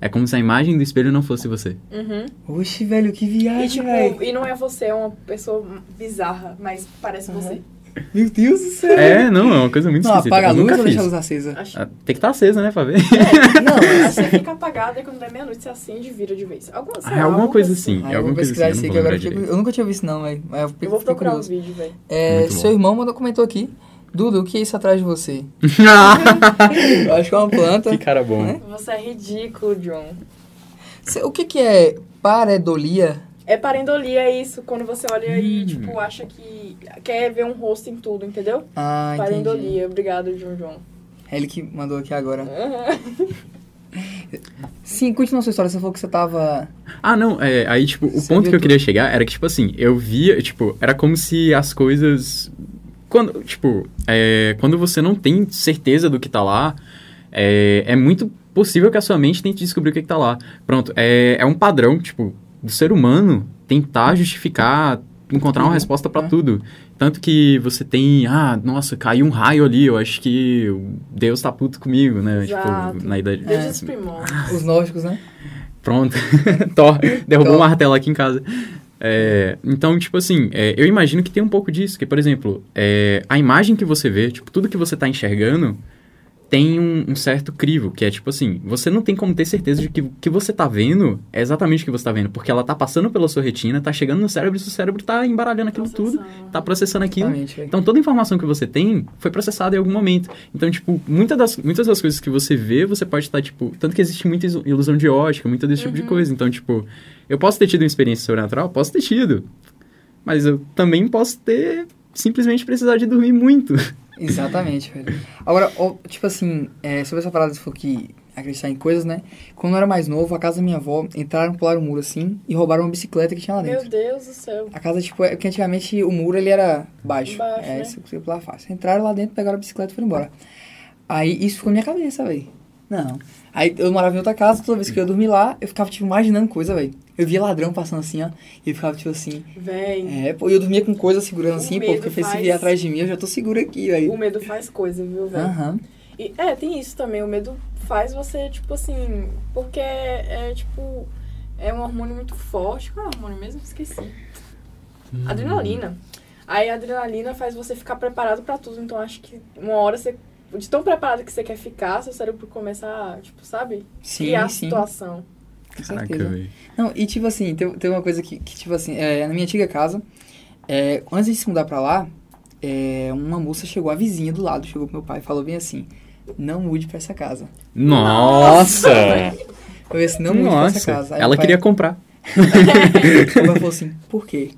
A: É como se a imagem do espelho não fosse você.
C: Uhum.
B: Oxe, velho, que
C: E,
B: viagem,
C: tipo,
B: velho.
C: e não é você, é uma pessoa bizarra, mas parece
A: Uhum.
C: você.
B: Meu Deus do céu.
A: É, não, é uma coisa muito
B: Não,
A: esquisita.
B: apaga a
A: Eu
B: luz
A: nunca
B: ou deixa a
A: fiz.
B: luz acesa?
C: Acho.
A: Ah, Tem que estar acesa, né, pra ver?
B: Não,
C: Você fica apagada e quando der meia-noite você acende e vira de vez. Alguma, sei
A: é. Ah, é
C: lá,
A: alguma coisa assim.
B: Aí
A: É
B: eu
A: alguma
B: vou
A: coisa assim.
B: pesquisar
A: Eu não
B: isso aí
A: vou
B: que agora
A: lembrar
B: eu fiquei-
A: direito.
B: eu nunca tinha ouvido isso não, velho. Mas eu
C: Eu
B: fiquei
C: vou procurar o
B: curioso.
C: vídeo, velho.
B: É,
A: Muito bom.
B: seu irmão mandou comentou aqui. Duda, o que é isso atrás de você? Eu acho que é uma planta.
A: que cara bom.
B: Né?
C: Você é ridículo, John.
B: Cê- O que que é paredolia?
C: É parendolia é isso, quando você olha e,
A: Hum.
C: tipo, acha que quer ver um rosto em tudo, entendeu?
B: Ah, entendi.
C: parendolia. Obrigado, John John.
B: É ele que mandou aqui agora. Sim, continua a sua história. Você falou que você tava...
A: Ah, não, é, aí, tipo, o
B: Você
A: ponto
B: viu
A: que eu
B: tudo.
A: queria chegar era que, tipo assim, eu via, tipo, era como se as coisas. Quando, tipo, é, quando você não tem certeza do que tá lá, é, é muito possível que a sua mente tente descobrir o que, que tá lá. Pronto, é, é um padrão, tipo, do ser humano tentar justificar, encontrar uma
B: Tudo,
A: resposta pra
B: né?
A: tudo. Tanto que você tem, ah, nossa, caiu um raio ali, eu acho que Deus tá puto comigo, né?
C: Exato.
A: Tipo, na idade.
C: Desde os primórdios.
B: Os nórdicos, né?
A: Pronto. Thor derrubou
B: Thor.
A: um martelo aqui em casa. É, então, tipo assim, é, eu imagino que tem um pouco disso. Que, por exemplo, é, a imagem que você vê, tipo, tudo que você tá enxergando tem um, um certo crivo, que é tipo assim, você não tem como ter certeza de que o que você tá vendo é exatamente o que você tá vendo, porque ela tá passando pela sua retina, tá chegando no cérebro e seu cérebro tá embaralhando aquilo tudo, tá processando aquilo.
B: Exatamente, velho.
A: Então toda a informação que você tem foi processada em algum momento. Então, tipo, muita das, muitas das coisas que você vê, você pode estar, tipo. Tanto que existe muita isu- ilusão de ótica, muito desse tipo de
C: Uhum.
A: coisa. Então, tipo, eu posso ter tido uma experiência sobrenatural? Posso ter tido. Mas eu também posso ter simplesmente precisar de dormir muito.
B: Exatamente, velho. Agora, ó, tipo assim, é, sobre essa parada, se for que acreditar em coisas, né? Quando eu era mais novo, a casa da minha avó, entraram, pularam o muro assim e roubaram uma bicicleta que tinha lá dentro.
C: Meu Deus do céu.
B: A casa, tipo, é porque antigamente o muro ele era baixo.
C: Baixo,
B: é,
C: né?
B: você conseguia pular fácil. Entraram lá dentro, pegaram a bicicleta e foram embora. Aí isso ficou na minha cabeça, velho. Não. Aí eu morava em outra casa, toda vez que eu ia dormir lá, eu ficava, tipo, imaginando coisa, velho. Eu via ladrão passando assim, ó, e eu ficava, tipo, assim.
C: Vem.
B: É, pô, e eu dormia com coisa segurando
C: O
B: assim, pô,
C: medo
B: porque se
C: faz-
B: vier atrás de mim, eu já tô seguro aqui,
C: O
B: velho.
C: medo faz coisa, viu, velho?
B: Aham.
C: E, é, tem isso também. O medo faz você, tipo assim. Porque é, tipo. É um hormônio muito forte. Qual é o hormônio mesmo? Esqueci.
B: Hum.
C: Adrenalina. Aí a adrenalina faz você ficar preparado pra tudo. Então acho que uma hora você. De tão preparado que você quer ficar, seu cérebro começa a, tipo, sabe?
B: Sim,
C: Criar a
B: sim.
C: situação.
B: Com
A: Caraca,
B: certeza.
A: velho.
B: Não, e tipo assim, tem, tem uma coisa que, que, tipo assim, é, na minha antiga casa, é, antes de se mudar pra lá, é, uma moça chegou, a vizinha do lado, chegou pro meu pai e falou bem assim, não mude pra essa casa.
A: Nossa!
B: Eu disse, não mude pra essa casa.
A: Nossa!
B: Aí
A: Ela
B: meu pai-
A: queria comprar.
B: Meu pai falou assim, por quê?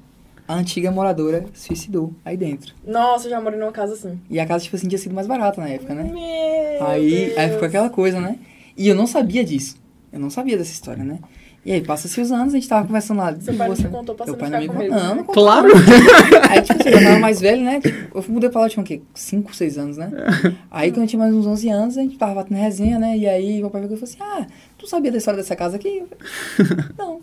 B: A antiga moradora suicidou aí dentro.
C: Nossa, eu já morei numa casa assim.
B: E a casa, tipo assim, tinha sido mais barata na época, né?
C: Meu
B: Aí, aí
C: Deus.
B: ficou aquela coisa, né? E eu não sabia disso. Eu não sabia dessa história, né? E aí, passa-se os anos, a gente tava conversando lá.
C: Seu pai não
B: "Moça,
C: te contou pra você
B: Meu
C: não
B: pai não
C: ficar
B: me contou.
C: com medo. né?
B: Não, não contou.
A: Claro!
B: Aí, tipo assim, eu tava mais velho, né? Tipo, eu mudei pra lá, eu tinha o quê? 5, 6 anos, né? Aí, quando eu tinha mais uns 11 anos, a gente tava batendo resenha, né? E aí, meu pai pegou e falou assim, ah, tu sabia da história dessa casa aqui? Eu falei, Não.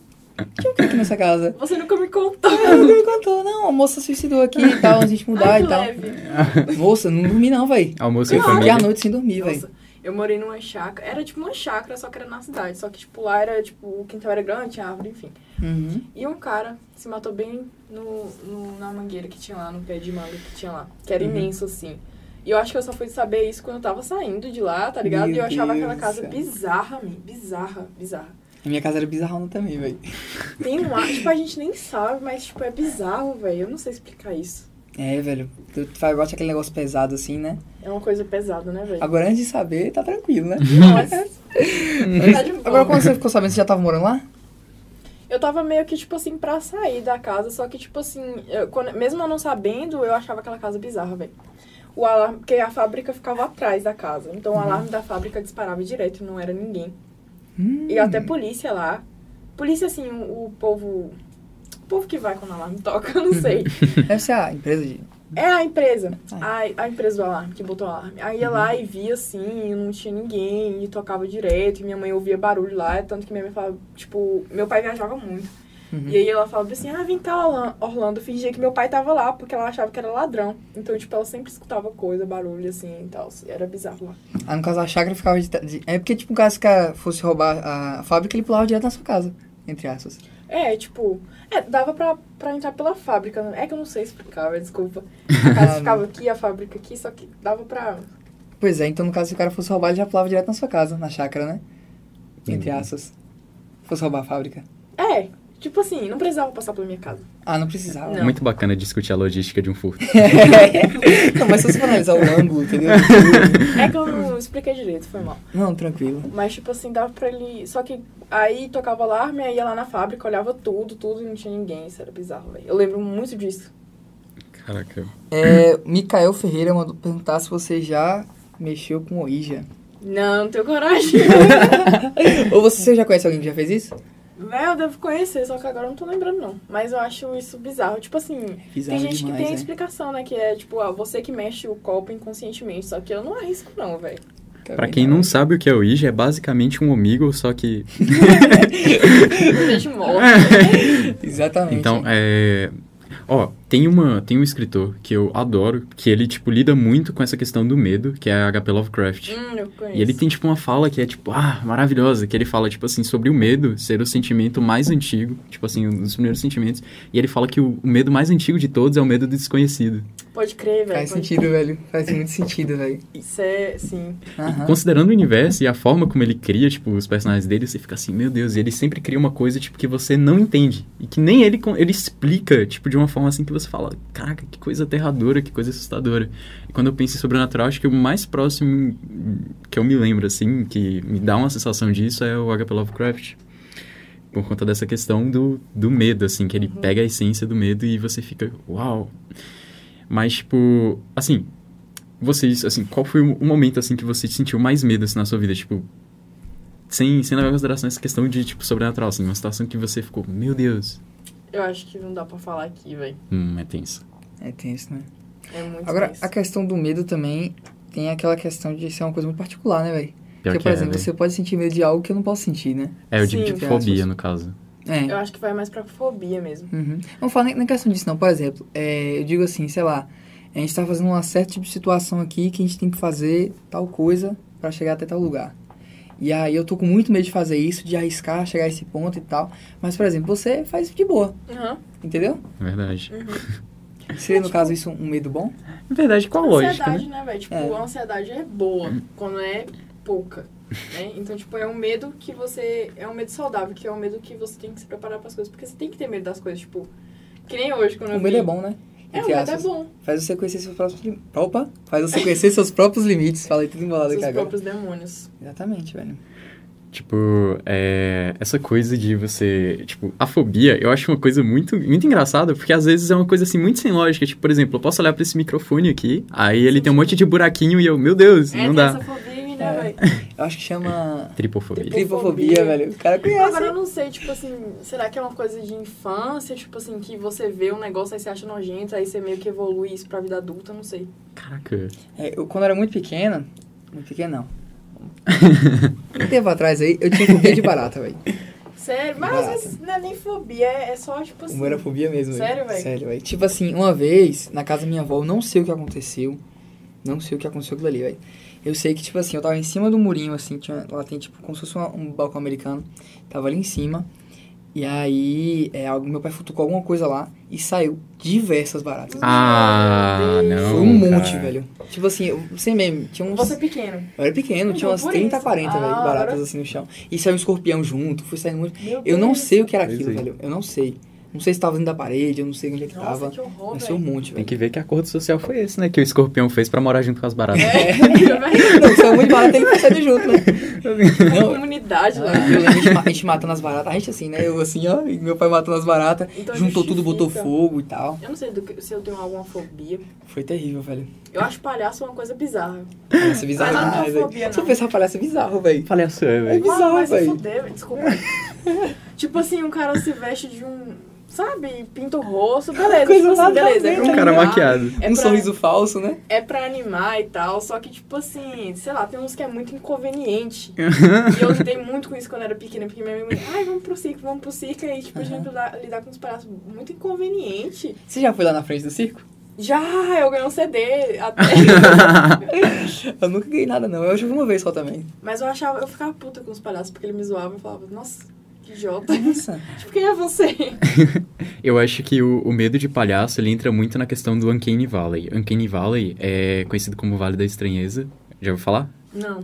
B: Tinha o que aqui nessa casa?
C: Você nunca me contou.
B: Aí Ela me contou, não, a moça suicidou aqui e tal, a gente mudar
C: Ai,
B: e tal.
C: leve.
B: Moça, não dormi não, véi.
A: Almoço em
B: Eu fiquei
A: família.
B: a noite sem dormir, véi.
C: Nossa, eu morei numa chácara. Era tipo uma chácara, só que era na cidade. Só que, tipo, lá era, tipo, o quintal era grande, tinha árvore, enfim.
B: Uhum.
C: E um cara se matou bem no, no- na mangueira que tinha lá, no pé de manga que tinha lá. Que era
B: Uhum.
C: imenso, assim. E eu acho que eu só fui saber isso quando eu tava saindo de lá, tá ligado?
B: Meu
C: e eu achava
B: Deus
C: aquela
B: do
C: casa
B: céu.
C: bizarra, man. Bizarra, bizarra.
B: A minha casa era bizarrona também, véi.
C: Tem um ar, tipo, a gente nem sabe, mas, tipo, é bizarro, velho. Eu não sei explicar isso.
B: É, velho. Tu faz gosta aquele negócio pesado assim, né?
C: É uma coisa pesada, né, velho?
B: Agora, antes de saber, tá tranquilo, né?
C: Nossa, tá de boa.
B: Agora, quando você ficou sabendo, você já tava morando lá?
C: Eu tava meio que, tipo assim, pra sair da casa, só que, tipo assim, eu- quando- mesmo eu não sabendo, eu achava aquela casa bizarra, velho. O alarme, porque a fábrica ficava atrás da casa, então o alarme da fábrica disparava direto, não era ninguém. E
B: Uhum.
C: até polícia lá. Polícia, assim, o, o povo. O povo que vai quando o alarme toca, eu não sei.
B: Deve ser a empresa de.
C: É a empresa. A, a empresa do alarme, que botou o alarme. Aí ia lá e via assim, e não tinha ninguém, e tocava direto, e minha mãe ouvia barulho lá, tanto que minha mãe falava, tipo, meu pai viajava muito.
B: Uhum.
C: E aí ela falava assim, ah, vem cá, Orla- Orlando, fingia que meu pai tava lá, porque ela achava que era ladrão. Então, tipo, ela sempre escutava coisa, barulho, assim, e tal. Era bizarro lá.
B: Ah, no caso, a chácara ficava de, de- É porque, tipo, caso o cara fosse roubar a fábrica, ele pulava direto na sua casa. Entre aspas.
C: É, tipo, é, dava pra, pra entrar pela fábrica. né? É que eu não sei explicar, velho, desculpa. A casa ficava aqui, a fábrica aqui, só que dava pra...
B: Pois é, então no caso, se o cara fosse roubar, ele já pulava direto na sua casa, na chácara, né? Entre
A: Uhum.
B: aspas. Fosse roubar a fábrica.
C: É, tipo assim, não precisava passar pela minha casa.
B: Ah, não precisava.
C: Não.
A: É Muito bacana discutir a logística de um furto.
B: não, mas se você for analisar o ângulo, entendeu?
C: É que eu não expliquei direito, foi mal.
B: Não, tranquilo.
C: Mas, tipo assim, dava pra ele. Só que aí tocava alarme, aí ia lá na fábrica, olhava tudo, tudo e não tinha ninguém. Isso era bizarro, velho. Eu lembro muito disso.
A: Caraca.
B: É, Micael Ferreira mandou perguntar se você já mexeu com Ouija.
C: Não, não tenho coragem.
B: Ou você, você já conhece alguém que já fez isso?
C: Véi, eu devo conhecer, só que agora eu não tô lembrando, não. Mas eu acho isso bizarro. Tipo assim, tem
B: Bizarro
C: gente que tem a
B: demais, né?
C: explicação, né? Que é, tipo, ah, você que mexe o copo inconscientemente. Só que eu não arrisco, não, velho.
A: Pra quem não sabe o que é o Ouija, é basicamente um Omegle, só que
C: Gente morta.
B: Exatamente.
A: Então, é. Então, Ó, tem Tem, uma, tem um escritor que eu adoro, que ele, tipo, lida muito com essa questão do medo, que é a H.P. Lovecraft.
C: Hum, eu conheço.
A: E ele tem, tipo, uma fala que é, tipo, ah, maravilhosa, que ele fala, tipo assim, sobre o medo ser o sentimento mais antigo, tipo assim, um dos primeiros sentimentos, e ele fala que o, o medo mais antigo de todos é o medo do desconhecido.
C: Pode crer, velho.
B: Faz
C: pode
B: sentido, velho. Faz muito sentido, velho.
C: Isso é, sim.
B: Aham.
A: Considerando o universo e a forma como ele cria, tipo, os personagens dele, você fica assim, meu Deus, e ele sempre cria uma coisa, tipo, que você não entende. E que nem ele, con- ele explica, tipo, de uma forma assim que você fala, caraca, que coisa aterradora, que coisa assustadora. E quando eu penso em sobrenatural, acho que o mais próximo hum, que eu me lembro, assim, que me dá uma sensação disso é o H.P. Lovecraft. Por conta dessa questão do, do medo, assim, que ele pega a essência do medo e você fica, uau. Mas, tipo, assim, vocês, assim, qual foi o o momento, assim, que você sentiu mais medo, assim, na sua vida? Tipo, sem, sem levar em consideração essa questão de, tipo, sobrenatural, assim, uma situação que você ficou, meu Deus,
C: Eu acho que não dá pra falar aqui, velho.
A: hum, é tenso.
B: É tenso, né?
C: É muito
B: Agora,
C: tenso.
B: a questão do medo também tem aquela questão de ser uma coisa muito particular, né, velho?
A: Pior
B: Porque,
A: que
B: por
A: é,
B: exemplo,
A: velho.
B: você pode sentir medo de algo que eu não posso sentir, né?
A: É, eu digo
C: Tipo assim, Sim,
A: de
B: entre
A: fobia,
B: aspas.
A: no caso.
B: É.
C: Eu acho que vai mais pra fobia mesmo.
B: Uhum. Não falo nem, nem questão disso, não. Por exemplo, é, eu digo assim, sei lá, a gente tá fazendo uma certa tipo de situação aqui que a gente tem que fazer tal coisa pra chegar até tal lugar. E aí eu tô com muito medo de fazer isso, de arriscar, chegar a esse ponto e tal. Mas, por exemplo, você faz de boa,
C: Aham.
B: entendeu?
A: É verdade.
B: Uhum.
C: É
B: Seria,
C: tipo
B: no caso, isso um medo bom?
A: É verdade, qual a lógica, né?
C: Ansiedade, né, velho? Tipo,
B: É. Uhum.
C: a ansiedade é boa quando é pouca, né? Então, tipo, é um medo que você... É um medo saudável, que é um medo que você tem que se preparar pras coisas. Porque você tem que ter medo das coisas, tipo... Que nem hoje, quando
B: O
C: eu
B: medo
C: vi-
B: é bom, né?
C: É, o
B: Entre
C: medo é
B: aspas. Tá
C: bom.
B: Faz você conhecer seus próprios limites. Opa! Faz você conhecer seus próprios limites. Falei tudo embolado
C: Seus
B: aqui agora.
C: próprios demônios.
B: Exatamente, velho.
A: Tipo, é, essa coisa de você. Tipo, a fobia, eu acho uma coisa muito, muito engraçada, porque às vezes é uma coisa assim muito sem lógica. Tipo, por exemplo, eu posso olhar pra esse microfone aqui, aí ele tem um monte de buraquinho e eu, meu Deus,
C: é,
A: não
C: tem
A: dá.
C: essa fobia, né,
B: É.
C: velho?
B: Eu acho que chama
A: Tripofobia.
B: tripofobia, velho. O cara conhece.
C: Agora eu não sei, tipo assim, será que é uma coisa de infância? Tipo assim, que você vê um negócio, aí você acha nojento, aí você meio que evolui isso pra vida adulta, eu não sei.
A: Caraca.
B: É, eu, quando eu era muito pequena, muito pequena não. um tempo atrás aí, eu tinha fobia de barata, velho.
C: Sério, mas às vezes não é nem fobia, é é só tipo assim.
B: Uma era fobia mesmo. né?
C: Sério, velho?
B: Sério, velho. Tipo assim, uma vez, na casa da minha avó, eu não sei o que aconteceu. Não sei o que aconteceu aquilo ali, velho. Eu sei que, tipo assim, eu tava em cima do murinho, assim, tinha, lá tem, tipo, como se fosse uma- um balcão americano. Tava ali em cima. E aí, é, algo- meu pai futucou alguma coisa lá e saiu diversas baratas.
A: Ah,
C: Meu Deus.
A: não.
B: Foi um monte,
A: cara.
B: velho. Tipo assim, eu, sem meme, tinha uns...
C: Você é pequeno.
B: Eu era pequeno,
C: Então,
B: tinha umas
C: por
B: 30,
C: isso.
B: 40, velho,
C: Ah,
B: baratas
C: agora-
B: assim no chão. E saiu um escorpião junto, foi saindo um muito.
C: Meu
B: Eu não
C: Deus.
B: sei o que era
A: Pois
B: aquilo,
A: é.
B: velho. Eu não sei. Não sei se tava dentro da parede, eu não sei onde é que
C: Nossa,
B: tava.
C: que horror,
B: Mas foi um
C: velho.
B: monte,
A: Tem
B: velho.
A: que ver que acordo social foi esse, né? Que o escorpião fez pra morar junto com as baratas.
B: Não, saiu muito barato, ele foi saindo junto, né?
C: Uma
B: Não, Ah.
C: comunidade lá.
B: eu lembro a gente ma- a gente matando as baratas. A gente assim, né? Eu assim, ó, e meu pai matando as baratas.
C: Então
B: juntou tudo,
C: justifica.
B: botou fogo e tal.
C: Eu não sei do que- se eu tenho alguma fobia.
B: Foi terrível, velho.
C: Eu acho palhaço uma coisa bizarra.
B: Palhaço bizarro
C: Mas não
B: demais,
C: é
B: velho.
C: fobia,
B: Se eu
C: não.
B: pensar palhaço bizarro, velho.
A: Falei a sua,
B: É
A: velho.
C: Ah,
B: bizarro,
C: mas se
B: velho.
C: fuder, velho. Desculpa. tipo assim, um cara se veste de um. Sabe? Pinta o rosto. Beleza.
B: É Coisa
C: tipo assim,
B: nada a
C: beleza.
B: ver,
C: pra
A: Um cara
C: animar,
A: maquiado.
C: É
B: um
C: pra-
B: sorriso falso, né?
C: É pra animar e tal, só que, tipo assim, sei lá, tem uns que é muito inconveniente. e eu lidei muito com isso quando era pequena, porque minha mãe me ai, vamos pro circo, vamos pro circo. E, tipo, a gente lidar, lidar com os palhaços muito inconveniente.
B: Você já foi lá na frente do circo?
C: Já, eu ganhei um CD até.
B: Eu nunca ganhei nada, não. Eu já vi uma vez só também.
C: Mas eu achava, eu ficava puta com os palhaços, porque ele me zoava e falava, nossa, que idiota.
B: Nossa.
C: tipo, quem é você?
A: Eu acho que o, o medo de palhaço, ele entra muito na questão do Uncanny Valley. Uncanny Valley é conhecido como Vale da Estranheza. Já ouviu falar?
C: Não.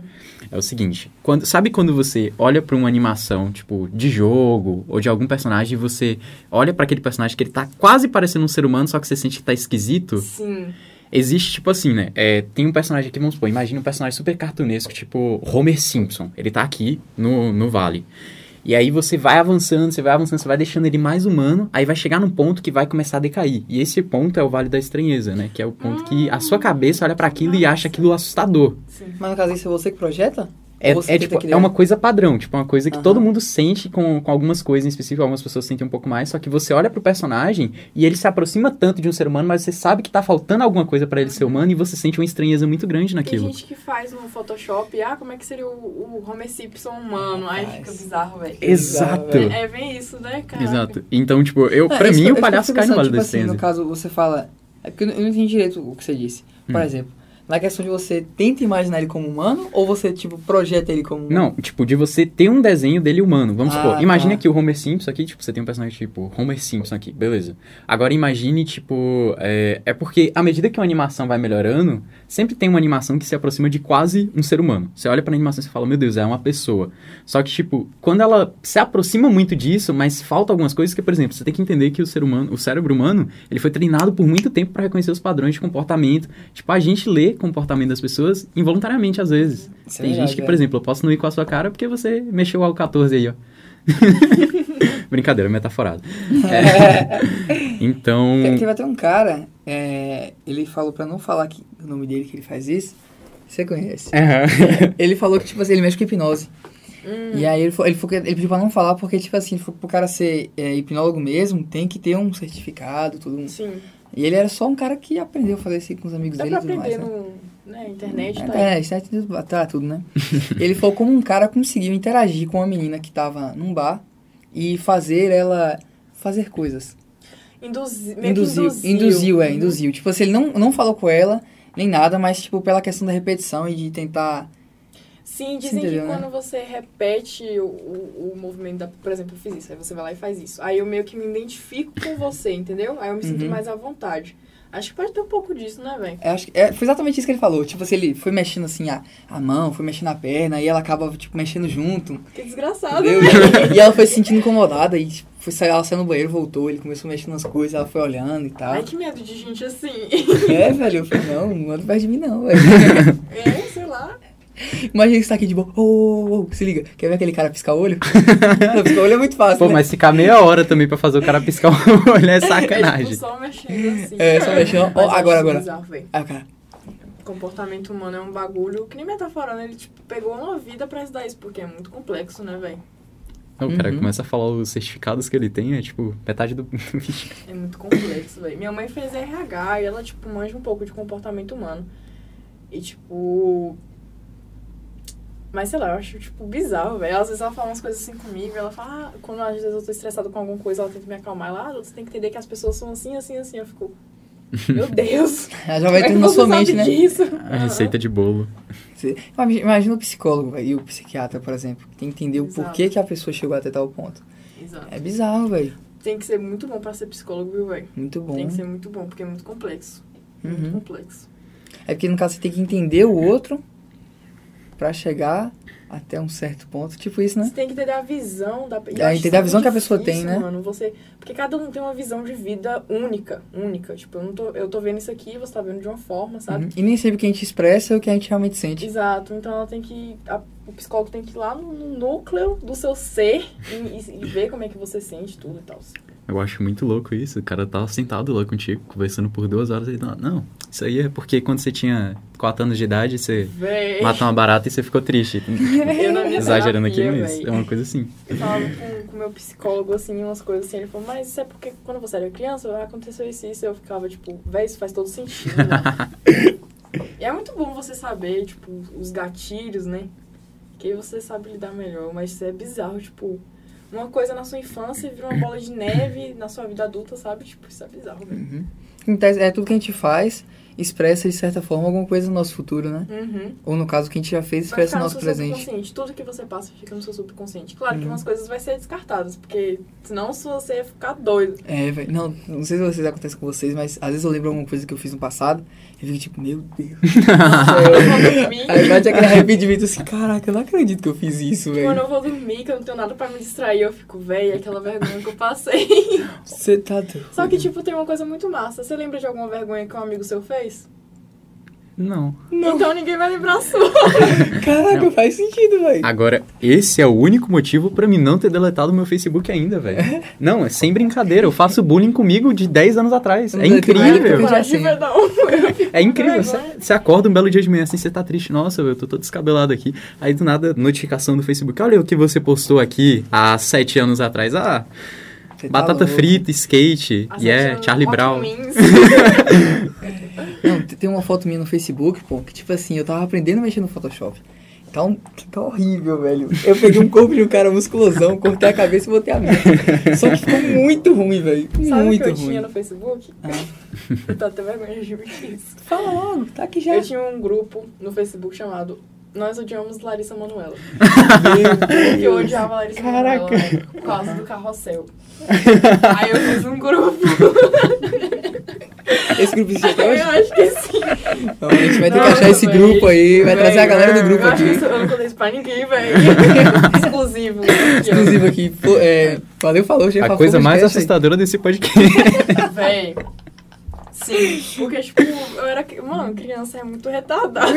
A: É o seguinte, quando, sabe quando você olha pra uma animação, tipo, de jogo ou de algum personagem e você olha pra aquele personagem que ele tá quase parecendo um ser humano, só que você sente que tá esquisito?
C: Sim.
A: Existe, tipo assim, né? É, tem um personagem aqui, vamos supor, imagina um personagem super cartunesco, tipo Homer Simpson. Ele tá aqui no, no vale. E aí você vai avançando, você vai avançando, você vai deixando ele mais humano, aí vai chegar num ponto que vai começar a decair. E esse ponto é o Vale da Estranheza, né? Que é o ponto que a sua cabeça olha pra aquilo e acha aquilo assustador.
C: Sim.
B: Mas no caso, isso é você que projeta?
A: É,
B: Você
A: é,
B: que
A: tipo,
B: tá aqui
A: é
B: dentro.
A: uma coisa padrão, tipo, é uma coisa que
B: Aham.
A: todo mundo sente com, com algumas coisas em específico, algumas pessoas sentem um pouco mais, só que você olha pro personagem e ele se aproxima tanto de um ser humano, mas você sabe que tá faltando alguma coisa pra ele ser humano e você sente uma estranheza muito grande
C: Tem
A: naquilo.
C: gente que faz no Photoshop, ah, como é que seria o, o Homer Simpson humano? Aí
B: Rapaz.
C: fica bizarro, velho.
A: Exato.
B: bizarro,
C: É, é bem isso, né, cara?
A: Exato. Então, tipo, eu,
B: É,
A: pra
B: isso-
A: mim,
B: isso
A: o
B: que eu
A: palhaço
B: fico
A: cai no
B: pensando,
A: vale
B: tipo
A: da
B: assim,
A: essência.
B: No caso, você fala. É porque eu não eu não entendi direito o que você disse. Por
A: Hum.
B: exemplo, na questão de você tenta imaginar ele como humano ou você, tipo, projeta ele como humano?
A: Não, tipo, de você ter um desenho dele humano. Vamos
B: Ah,
A: supor, imagine
B: tá.
A: aqui o Homer Simpson aqui, tipo, você tem um personagem tipo Homer Simpson aqui, beleza. Agora imagine, tipo, é, é porque à medida que uma animação vai melhorando, sempre tem uma animação que se aproxima de quase um ser humano. Você olha pra animação e você fala, meu Deus, é uma pessoa. Só que, tipo, quando ela se aproxima muito disso, mas falta algumas coisas que, por exemplo, você tem que entender que o ser humano, o cérebro humano, ele foi treinado por muito tempo pra reconhecer os padrões de comportamento. Tipo, a gente lê comportamento das pessoas involuntariamente às vezes.
B: Isso é
A: Tem
B: verdade,
A: gente que,
B: é.
A: por exemplo, eu posso não ir com a sua cara porque você mexeu o 14 aí, ó. Brincadeira, metaforado. É. Então.
B: Te- Teve até um cara, é, ele falou pra não falar que, o nome dele que ele faz isso. Você conhece?
A: Aham.
B: Ele falou que, tipo assim, ele mexe com hipnose.
C: Hum,
B: E aí ele, fo- ele, fo- ele pediu pra não falar, porque, tipo assim, fo- pro cara ser é, hipnólogo mesmo, tem que ter um certificado, tudo. um-
C: Sim.
B: E ele era só um cara que aprendeu a fazer isso aí com os amigos
C: Dá
B: dele
C: pra
B: e tudo mais.
C: aprender
B: né?
C: no, na internet, tá? aí.
B: É, isso aí tudo- tá tudo, né? ele falou como um cara conseguiu interagir com uma menina que tava num bar e fazer ela fazer coisas.
C: Induzi, meio que
B: É.
C: Uhum.
B: Induziu, induziu, é, induziu. Tipo assim, ele não, não falou com ela, nem nada, mas, tipo, pela questão da repetição e de tentar...
C: Sim,
B: Você
C: dizem
B: entendeu,
C: que
B: né?
C: quando você repete o, o, o movimento da. Por exemplo, eu fiz isso, aí você vai lá e faz isso. Aí eu meio que me identifico com você, entendeu? Aí eu me sinto
B: Uhum.
C: mais à vontade. Acho que pode ter um pouco disso, né, velho?
B: É, acho que- é, foi exatamente isso que ele falou. Tipo, se ele foi mexendo assim a, a mão, foi mexendo a perna, e ela acaba, tipo, mexendo junto.
C: Que desgraçado,
B: Entendeu?
C: né?
B: e ela foi se sentindo incomodada, e tipo, foi, sair- ela saiu no banheiro, voltou, ele começou mexendo nas coisas, ela foi olhando e tal.
C: Ai, que medo de gente assim.
B: É, velho, eu falei, não, não anda perto de mim não, velho.
C: É, sei lá.
B: Imagina que você tá aqui de boa, ô, ô, ô, se liga, quer ver aquele cara piscar o olho? não, piscar o olho é muito fácil,
A: Pô,
B: né?
A: mas ficar meia hora também pra fazer o cara piscar o olho é
C: É, tipo,
A: sacanagem.
C: só mexendo assim.
B: É, só mexendo, ó,
C: Mas eu
B: agora,
C: acho
B: agora.
C: bizarro, véi.
B: Aí Ah, o cara,
C: Comportamento humano é um bagulho que nem metaforando, ele tipo, pegou uma vida pra estudar isso, porque é muito complexo, né, velho?
A: O cara
B: Uhum.
A: começa a falar os certificados que ele tem, é tipo, metade do. Vixe.
C: É muito complexo, velho. Minha mãe fez RH e ela, tipo, manja um pouco de comportamento humano. E, tipo. Mas sei lá, eu acho, tipo, bizarro, velho. Às vezes ela fala umas coisas assim comigo, ela fala. ah, quando às vezes eu tô estressada com alguma coisa, ela tenta me acalmar. Ela, ah, você tem que entender que as pessoas são assim, assim, assim. Eu fico. Meu Deus! é
B: ela já vai tendo na sua mente, né?
C: Disso?
A: a receita de bolo.
B: Você- Imagina imagina o psicólogo velho, e o psiquiatra, por exemplo, que tem que entender o
C: Exato.
B: porquê que a pessoa chegou até tal ponto.
C: Exato.
B: É bizarro, velho.
C: Tem que ser muito bom pra ser psicólogo, viu, velho?
B: Muito bom.
C: Tem que ser muito bom, porque é muito complexo. Muito
B: Uhum.
C: complexo.
B: É porque, no caso, você tem que entender o outro pra chegar até um certo ponto. Tipo isso, né?
C: Você tem que entender a visão da
B: É,
C: pessoa.
B: entender a visão que a pessoa tem, né?
C: Mano, você, porque cada um tem uma visão de vida única, única. Tipo, eu não tô, eu tô vendo isso aqui, você tá vendo de uma forma, sabe?
B: Uhum. E nem sempre o que a gente expressa é o que a gente realmente sente.
C: Exato. Então ela tem que a- o psicólogo tem que ir lá no, no núcleo do seu ser e, e- e ver como é que você sente tudo e tal.
A: Eu acho muito louco isso. O cara tá sentado lá contigo, conversando por duas horas. Ele tá, não, isso aí é porque quando você tinha quatro anos de idade, você
C: Véi.
A: matou uma barata e você ficou triste.
C: Eu na minha
A: Exagerando aqui,
C: terapia,
A: mas
C: véi.
A: é uma coisa assim.
C: Eu falava com- com o meu psicólogo, assim, umas coisas assim. Ele falou, mas isso é porque quando você era criança, aconteceu isso e isso. Eu ficava, tipo, véi, isso faz todo sentido, né? E é muito bom você saber, tipo, os gatilhos, né? Que aí você sabe lidar melhor. Mas isso é bizarro, tipo... Uma coisa na sua infância vira uma bola de neve na sua vida adulta, sabe? Tipo, isso é bizarro, velho.
B: Uhum. Então, é tudo que a gente faz expressa, de certa forma, alguma coisa no nosso futuro, né?
C: Uhum.
B: Ou, no caso, o que a gente já fez
C: Vai
B: expressa
C: ficar
B: o
C: no
B: nosso
C: seu
B: presente.
C: subconsciente. Tudo que você passa fica no seu subconsciente. Claro que
B: Uhum.
C: umas coisas vai ser descartadas, porque senão você ia ficar doido.
B: É, velho. Não, não sei se vocês acontece com vocês, mas às vezes eu lembro alguma coisa que eu fiz no passado e fico tipo, meu Deus.
C: Eu vou dormir.
B: Aí bate aquele arrependimento assim, caraca, eu não acredito que eu fiz isso,
C: Quando
B: velho.
C: eu vou dormir, que eu não tenho nada pra me distrair, eu fico, véi, aquela vergonha que eu passei. tipo,
B: Você tá doido.
C: Só que, tipo, tem uma coisa muito massa. Você lembra de alguma vergonha que um amigo seu fez?
A: Não.
C: Então ninguém vai lembrar a sua.
B: Caraca, faz sentido, velho.
A: Agora, esse é o único motivo pra mim não ter deletado meu Facebook ainda, velho. Não, é sem brincadeira. Eu faço bullying comigo de 10 anos atrás.
B: Eu
A: É
B: não deletei
A: incrível.
B: nada,
C: Coragem
B: assim.
C: vai dar um.
A: É incrível, você-
C: Vergonha.
A: você acorda um belo dia de manhã assim, você tá triste, nossa, eu tô todo descabelado aqui. Aí do nada, notificação do Facebook, olha o que você postou aqui há sete anos atrás. Ah,
B: Você tá
A: batata
B: louco. um
A: frita, skate, yeah, Charlie Brown.
B: Não, te- tem uma foto minha no Facebook, pô, que tipo assim, eu tava aprendendo a mexer no Photoshop. Tá, um, tá horrível, velho. Eu peguei um corpo de um cara musculosão, cortei a cabeça e botei a minha. Só que ficou muito ruim, velho.
C: Sabe o
B: Muito
C: que eu
B: ruim.
C: tinha no Facebook? Eu tô até vergonha de admitir isso.
B: Fala logo, tá aqui já.
C: Eu tinha um grupo no Facebook chamado Nós Odiamos Larissa Manoela. Porque eu odiava Larissa
A: Caraca.
C: Manoela né, por causa do carrossel. Aí eu fiz um grupo.
B: Esse grupo existe até hoje?
C: Eu acho que sim.
B: Então, a gente vai ter que
C: Nossa,
B: achar esse
C: véi.
B: grupo aí, vai
C: Véi, é.
B: trazer a galera do grupo
C: eu acho que
B: aqui.
C: isso- Eu não contei isso pra ninguém, velho. Exclusivo.
B: Inclusive aqui, pô, é, valeu, falou, já
A: A
B: falou
A: coisa mais
B: podcast aí.
A: assustadora desse
B: Tá
A: podcast.
C: Véi. Sim, porque, tipo, eu era. cri- Mano, criança é muito retardada.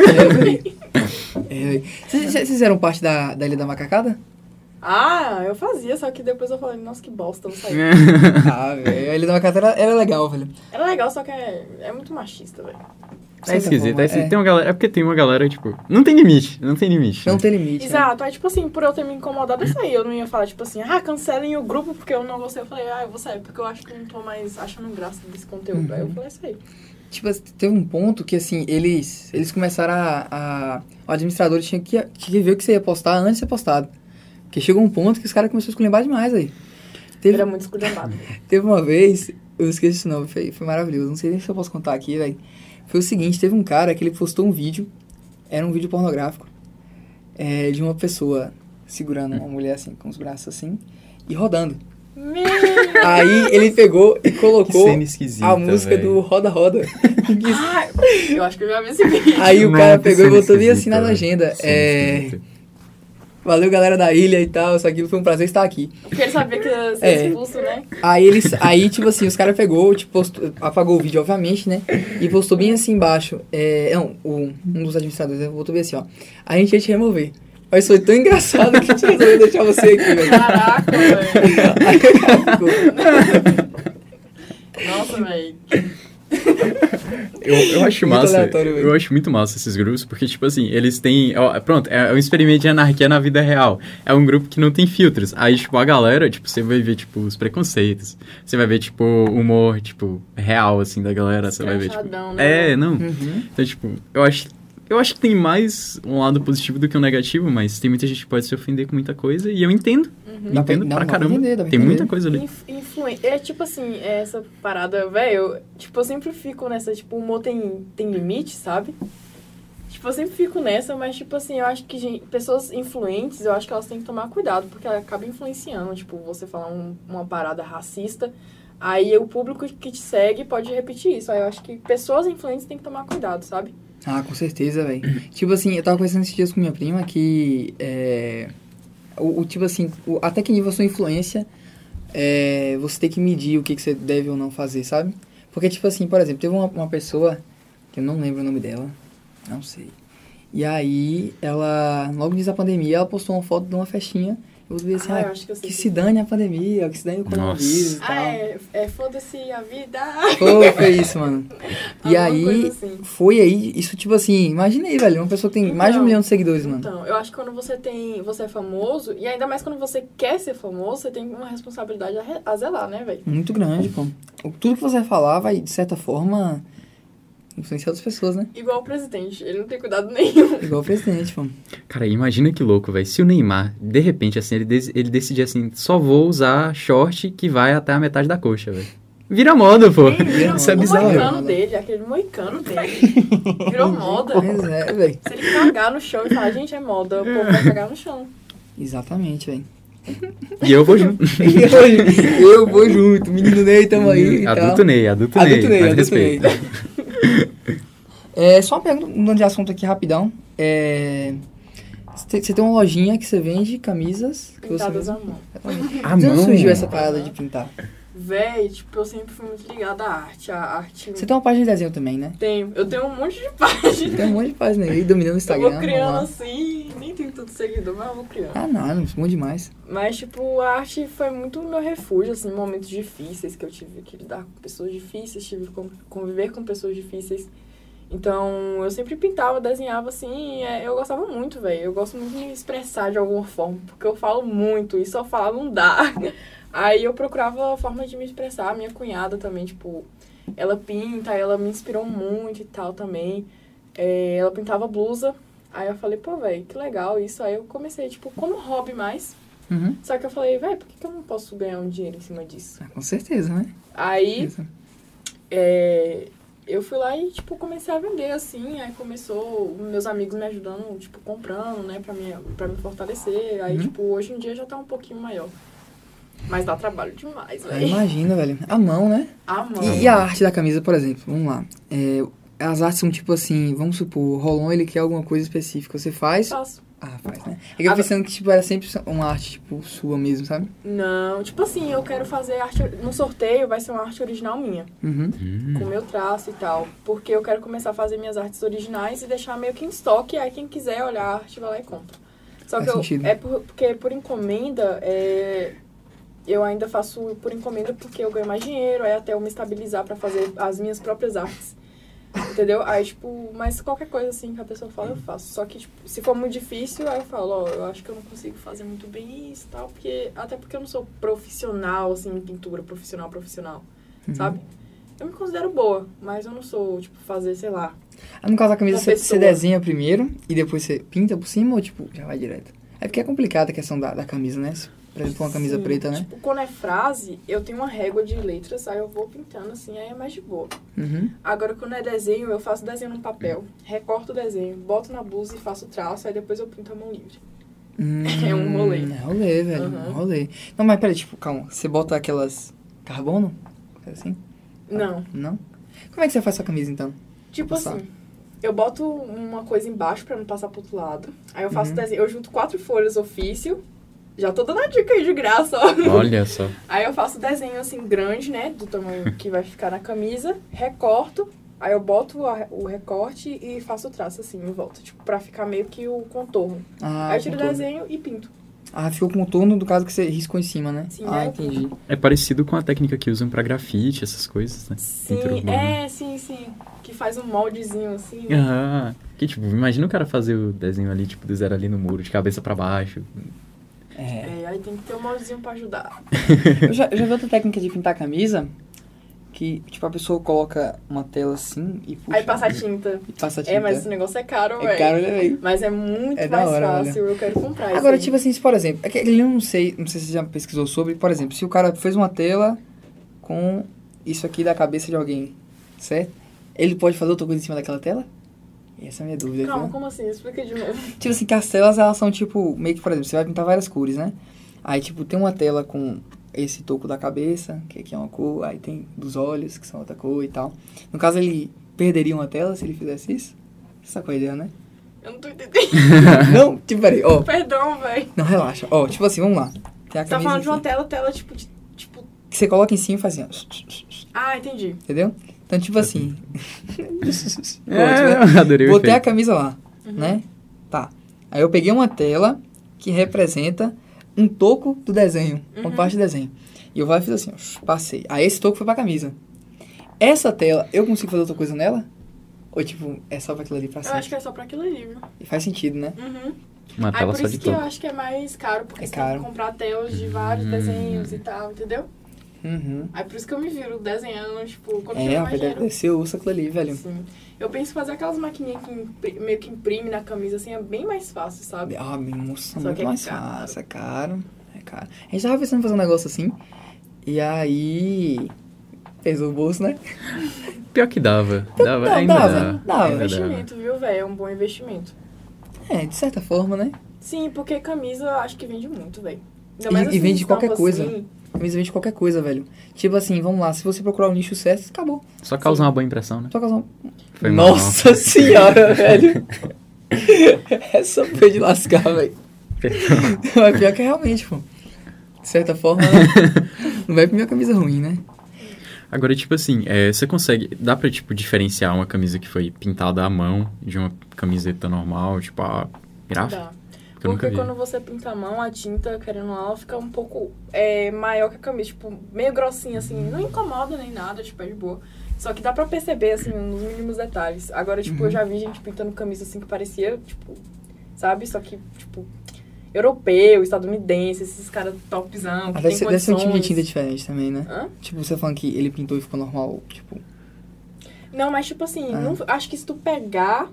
B: É, vocês, vocês fizeram parte da, da Ilha da Macacada?
C: Ah, eu fazia, só que depois eu falei, nossa, que bosta, eu vou sair.
B: Ah, velho, a Ilha da Macacada era, era legal, velho.
C: Era legal, só que é, é muito machista, velho.
A: É esquisito,
B: Como,
A: é
B: é.
A: esquisito. Tem uma galera, é porque tem uma galera, tipo, não tem limite, não tem limite.
B: Não
A: né?
B: tem limite. né?
C: Exato, aí tipo assim, por eu ter me incomodado, eu saí. Eu não ia falar, tipo assim, ah, cancelem o grupo porque eu não gostei. Eu falei, ah, eu vou sair porque eu acho que eu não tô mais achando graça desse conteúdo.
B: Uhum.
C: Aí eu falei, "É isso aí.
B: Tipo, assim, teve um ponto que, assim, eles, eles começaram a, a- O administrador tinha que, tinha que ver o que você ia postar antes de ser postado. Porque chegou um ponto que os caras começaram a esculhambar demais aí. Teve,
C: Era muito esculhambado.
B: teve uma vez, eu esqueci esse nome, foi, foi maravilhoso. Não sei nem se eu posso contar aqui, velho. Foi o seguinte, teve um cara que ele postou um vídeo, era um vídeo pornográfico, é, de uma pessoa segurando uma mulher, assim, com os braços assim, e rodando.
C: Meu,
B: Aí ele pegou e
A: Que
B: colocou
A: cena esquisita,
B: a música
A: véi.
B: do Roda Roda.
C: ai, eu acho que eu já vi esse vídeo.
B: Aí o
A: Não,
B: cara
A: que
B: pegou e
A: cena
B: botou bem assim
A: esquisita,
B: na
A: véi.
B: legenda.
A: Cena
B: É,
A: esquisita.
B: valeu galera da ilha e tal, isso aqui foi um prazer estar aqui.
C: Porque ele sabia que ia ser
B: É.
C: expulso, né?
B: Aí eles, aí tipo assim, os caras pegou, tipo, postou- apagou o vídeo obviamente, né? E postou bem assim embaixo. É, não, o- um dos administradores né, botou bem assim, ó. A gente ia te remover. Mas foi tão engraçado que a gente resolveu deixar você aqui, velho.
C: Caraca, velho.
B: Aí o cara ficou.
C: Nossa, velho.
A: Eu, eu acho
B: Muito
A: massa.
B: aleatório, velho.
A: eu acho muito massa esses grupos, porque, tipo assim, eles têm. ó, pronto, é um experimento de anarquia na vida real. É um grupo que não tem filtros. Aí, tipo, a galera, tipo, você vai ver, tipo, os preconceitos. Você vai ver, tipo, o humor, tipo, real, assim, da galera. Você vai ver, tipo.
C: Escrachadão, né?
A: É, não.
B: Uhum.
A: Então, tipo, eu acho. Eu acho que tem mais um lado positivo do que um negativo, mas tem muita gente que pode se ofender com muita coisa e eu entendo.
C: Uhum.
B: Dá pra-
A: Entendo
B: dá-
A: pra
B: dá pra
A: caramba.
B: entender, dá pra
A: tem
B: entender.
A: muita coisa ali.
C: Inf- Influen é tipo assim, é essa parada, velho. eu- Tipo, eu sempre fico nessa, tipo, o humor tem, tem limite, sabe? Tipo, eu sempre fico nessa, mas tipo assim, eu acho que gen- pessoas influentes, eu acho que elas têm que tomar cuidado, porque ela acaba influenciando. Tipo, você falar um- uma parada racista, aí o público que te segue pode repetir isso. Aí eu acho que pessoas influentes têm que tomar cuidado, sabe?
B: Ah, com certeza, velho. tipo assim, eu tava conversando esses dias com minha prima que é, o, o tipo assim, o- até que nível a sua influência é, você tem que medir o que, que você deve ou não fazer, sabe? Porque, tipo assim, por exemplo, teve uma, uma pessoa, que eu não lembro o nome dela, não sei. E aí, ela, logo diz a pandemia, ela postou uma foto de uma festinha. Eu falei assim,
C: Ah, eu
B: ah,
C: acho que eu sei.
B: que
C: que-
B: se dane a pandemia, que se dane o coronavírus e tal.
C: Ah, é, é foda-se a vida.
B: Foi, foi isso, mano. E
C: Alguma coisa
B: aí,
C: assim.
B: foi aí, isso tipo assim, imaginei, velho, uma pessoa que tem mais de um
C: Então,
B: milhão de seguidores, mano.
C: Então, eu acho que quando você tem, você é famoso, e ainda mais quando você quer ser famoso, você tem uma responsabilidade a, re- a zelar, né, velho?
B: Muito grande, pô. O- Tudo que você vai falar vai, de certa forma, influenciar outras pessoas, né?
C: Igual o presidente, ele não tem cuidado nenhum.
B: Igual o presidente, pô.
A: Cara, imagina que louco, velho. Se o Neymar, de repente, assim, ele, des- ele decidir assim, só vou usar short que vai até a metade da coxa, velho. Vira moda, pô.
C: Virou
A: Isso é
C: o
A: bizarro.
C: moicano dele, aquele moicano dele. Virou moda.
B: Mas é, velho.
C: Se ele cagar no chão e falar, gente, é moda, o povo vai cagar no chão.
B: Exatamente, velho.
A: E eu vou junto.
B: Eu, eu vou junto, menino né? Ney, tamo aí e
A: adulto
B: tal.
A: Ney, adulto, Ney. mas respeito.
B: É, só uma pergunta, mudando de assunto aqui rapidão. É... Você tem uma lojinha que você vende camisas que você
C: Pintadas
B: mesmo-
C: à mão.
A: Ah,
B: De onde
A: mão.
B: surgiu essa parada de pintar?
C: Véi, tipo, eu sempre fui muito ligada à arte. A arte.
B: Você tem uma página de desenho também, né?
C: Tenho. Eu tenho um monte de páginas.
B: Tem um monte de página aí, dominando o Instagram.
C: eu vou criando
B: vamos lá.
C: assim, nem tenho tanto seguidor, mas eu vou criando.
B: Ah, não, um monte demais.
C: Mas, tipo, a arte foi muito meu refúgio, assim, em momentos difíceis que eu tive que lidar com pessoas difíceis, tive que con- conviver com pessoas difíceis. Então, eu sempre pintava, desenhava, assim, e, é, eu gostava muito, velho. Eu gosto muito de me expressar de alguma forma, porque eu falo muito e só falar não dá. Aí eu procurava a forma de me expressar. Minha cunhada também, tipo, ela pinta, ela me inspirou muito e tal também. É, ela pintava blusa. Aí eu falei, pô, velho, que legal isso. Aí eu comecei, tipo, como hobby mais.
B: Uhum.
C: Só que eu falei, velho, por que, que eu não posso ganhar um dinheiro em cima disso?
B: Ah, com certeza, né?
C: Aí
B: Isso.
C: é, eu fui lá e, tipo, comecei a vender, assim. Aí começou meus amigos me ajudando, tipo, comprando, né, pra me, pra me fortalecer. Aí,
B: Uhum.
C: tipo, hoje em dia já tá um pouquinho maior. Mas dá trabalho demais, Ah,
B: Ah,
C: velho.
B: imagina, velho. A mão, né?
C: A mão.
B: E, e a arte da camisa, por exemplo, vamos lá. É, as artes são tipo assim, vamos supor, o Rolon ele quer alguma coisa específica. Você faz?
C: Faço.
B: Ah, faz, né? É que eu
C: Ah,
B: pensando que tipo, era sempre uma arte tipo sua mesmo, sabe?
C: Não, tipo assim, eu quero fazer arte. No sorteio vai ser uma arte original minha,
B: Uhum.
A: Hum.
C: com meu traço e tal. Porque eu quero começar a fazer minhas artes originais e deixar meio que em estoque. Aí quem quiser olhar a arte vai lá e compra. Só
B: Faz
C: que eu,
B: sentido.
C: é por- porque por encomenda, é, eu ainda faço por encomenda porque eu ganho mais dinheiro, aí até eu me estabilizar pra fazer as minhas próprias artes. Entendeu? Aí, tipo, mas qualquer coisa assim que a pessoa fala, eu faço. Só que, tipo, se for muito difícil, aí eu falo, ó, eu acho que eu não consigo fazer muito bem isso e tal, porque. Até porque eu não sou profissional, assim, em pintura, profissional, profissional.
B: Uhum.
C: Sabe? Eu me considero boa, mas eu não sou, tipo, fazer, sei lá.
B: Ah, no caso da camisa,
C: Uma
B: você, você
C: pessoa.
B: desenha primeiro e depois você pinta por cima ou tipo, já vai direto? É porque é complicada a questão da, da camisa, né? Se, Por exemplo, uma camisa
C: Sim,
B: preta, né?
C: Tipo, quando é frase, eu tenho uma régua de letras, aí eu vou pintando assim, aí é mais de boa.
B: Uhum.
C: Agora, quando é desenho, eu faço desenho no papel, recorto o desenho, boto na blusa e faço o traço, aí depois eu pinto a mão livre. É um rolê.
B: Hum, É rolê, velho. É
C: Uhum.
B: um rolê. Não, mas peraí, tipo, calma. Você bota aquelas carbono? Coisa Assim?
C: Não.
B: Não? Como é que você faz sua camisa então?
C: Tipo
B: Passar.
C: assim, eu boto uma coisa embaixo pra não passar pro outro lado, aí eu faço
B: Uhum.
C: desenho, eu junto quatro folhas ofício, já tô dando a dica aí de graça, ó.
A: Olha só.
C: Aí eu faço o desenho assim grande, né? Do tamanho que vai ficar na camisa, recorto, aí eu boto a- o recorte e faço o traço assim em volta, tipo, pra ficar meio que o contorno.
B: Ah,
C: aí eu tiro o
B: contorno.
C: desenho e pinto.
B: Ah, ficou com o contorno do caso que você riscou em cima, né?
C: Sim,
B: ah,
C: é.
B: entendi.
A: É parecido com a técnica que usam pra grafite, essas coisas, né? Pintura
C: Sim,
A: urbana.
C: é, sim, sim. Que faz um moldezinho assim. né?
A: Ah, que tipo, imagina o cara fazer o desenho ali, tipo, do zero ali no muro, de cabeça pra baixo.
B: É.
C: É, aí tem que ter um moldezinho pra ajudar.
B: Eu já, eu já vi outra técnica de pintar a camisa, que, tipo, a pessoa coloca uma tela assim e puxa.
C: Aí passa a tinta.
B: E passa a tinta.
C: É, mas esse negócio é caro,
B: É
C: velho.
B: caro, né, velho?
C: Mas é muito
B: É da
C: mais
B: hora,
C: fácil, eu quero comprar isso.
B: Agora,
C: aí.
B: tipo assim, se, por exemplo, é que eu não sei, não sei se você já pesquisou sobre, por exemplo, se o cara fez uma tela com isso aqui da cabeça de alguém, certo? Ele pode fazer outra coisa em cima daquela tela? Essa é a minha dúvida.
C: Calma,
B: viu?
C: como assim? Explica de novo.
B: Tipo assim, que as telas, elas são tipo, meio que, por exemplo, você vai pintar várias cores, né? Aí, tipo, tem uma tela com esse toco da cabeça, que aqui é uma cor, aí tem dos olhos, que são outra cor e tal. No caso, ele perderia uma tela se ele fizesse isso? Essa coisa, né?
C: Eu não tô entendendo.
B: não, tipo, peraí, ó.
C: Perdão, velho.
B: Não, relaxa. Ó, tipo assim, vamos lá. Tem a
C: Você tá
B: camisa
C: falando de
B: assim,
C: uma tela, tela tipo, de, tipo
B: que você coloca em cima e faz assim, ó.
C: Ah, entendi.
B: Entendeu? Então, tipo assim...
A: É, eu adorei o
B: Botei a
A: efeito.
B: camisa lá,
C: Uhum.
B: né? Tá. Aí eu peguei uma tela que representa um toco do desenho, uma
C: Uhum.
B: parte do desenho. E eu vai e fiz assim, ó, passei. Aí esse toco foi pra camisa. Essa tela, eu consigo fazer outra coisa nela? Ou tipo, é só pra aquilo ali pra
C: Eu acho
B: cima?
C: que é só pra aquilo ali, viu?
B: E Faz sentido, né?
C: Uhum.
A: Uma
C: Aí
A: tela
C: por
A: só de
C: isso que eu
A: topo.
C: acho que é mais caro, porque
B: É
C: você tem
B: caro.
C: que comprar telas de vários
A: Hum.
C: desenhos e tal, entendeu?
B: Uhum.
C: Aí por isso que eu me viro desenhando, tipo, quando
B: É,
C: tiver
B: rapaz,
C: mais
B: deve,
C: dinheiro.
B: deve ser osso aquilo ali, velho.
C: Sim. Eu penso em fazer aquelas maquininhas que impri- meio que imprime na camisa, assim, é bem mais fácil, sabe?
B: Ah, moça,
C: Só
B: muito
C: que é
B: mais
C: caro.
B: fácil, é caro. É caro. A gente tava pensando em fazer um negócio assim. E aí. Fez o bolso, né?
A: Pior que dava. Dava,
B: dá-
A: ainda
B: dava,
A: dá.
B: dava.
C: É
A: Ainda
C: investimento, viu, velho? É um bom investimento.
B: É, de certa forma, né?
C: Sim, porque camisa eu acho que vende muito, velho.
B: E- e vende
C: assim,
B: qualquer coisa. Camisa vende qualquer coisa, velho. Tipo assim, vamos lá, se você procurar o nicho certo, acabou.
A: Só causa uma boa impressão, né?
B: Só causar um...
A: Foi mal.
B: Nossa senhora, velho. Essa foi de lascar, velho.
A: Perdão.
B: é Mas pior que realmente, pô. De certa forma, né? Não vai pra minha camisa ruim, né?
A: Agora, tipo assim, é, você consegue. Dá pra, tipo, diferenciar uma camisa que foi pintada à mão de uma camiseta normal, tipo, a gráfica?
C: Dá.
A: Porque eu nunca
C: Porque
A: vi.
C: quando você pinta a mão, a tinta, querendo ou não, ela fica um pouco é, maior que a camisa, tipo, meio grossinha, assim, não incomoda nem nada, tipo, é de boa. Só que dá pra perceber, assim, nos mínimos detalhes. Agora, tipo,
B: Uhum.
C: eu já vi gente pintando camisa assim que parecia, tipo, sabe? Só que, tipo, europeu, estadunidense, esses caras topzão, que
B: Até
C: tem
B: se- deve ser um tipo de
C: condições.
B: tinta diferente também, né?
C: Hã?
B: Tipo, você falando que ele pintou e ficou normal, tipo...
C: Não, mas tipo assim,
B: Ah.
C: não- acho que se tu pegar,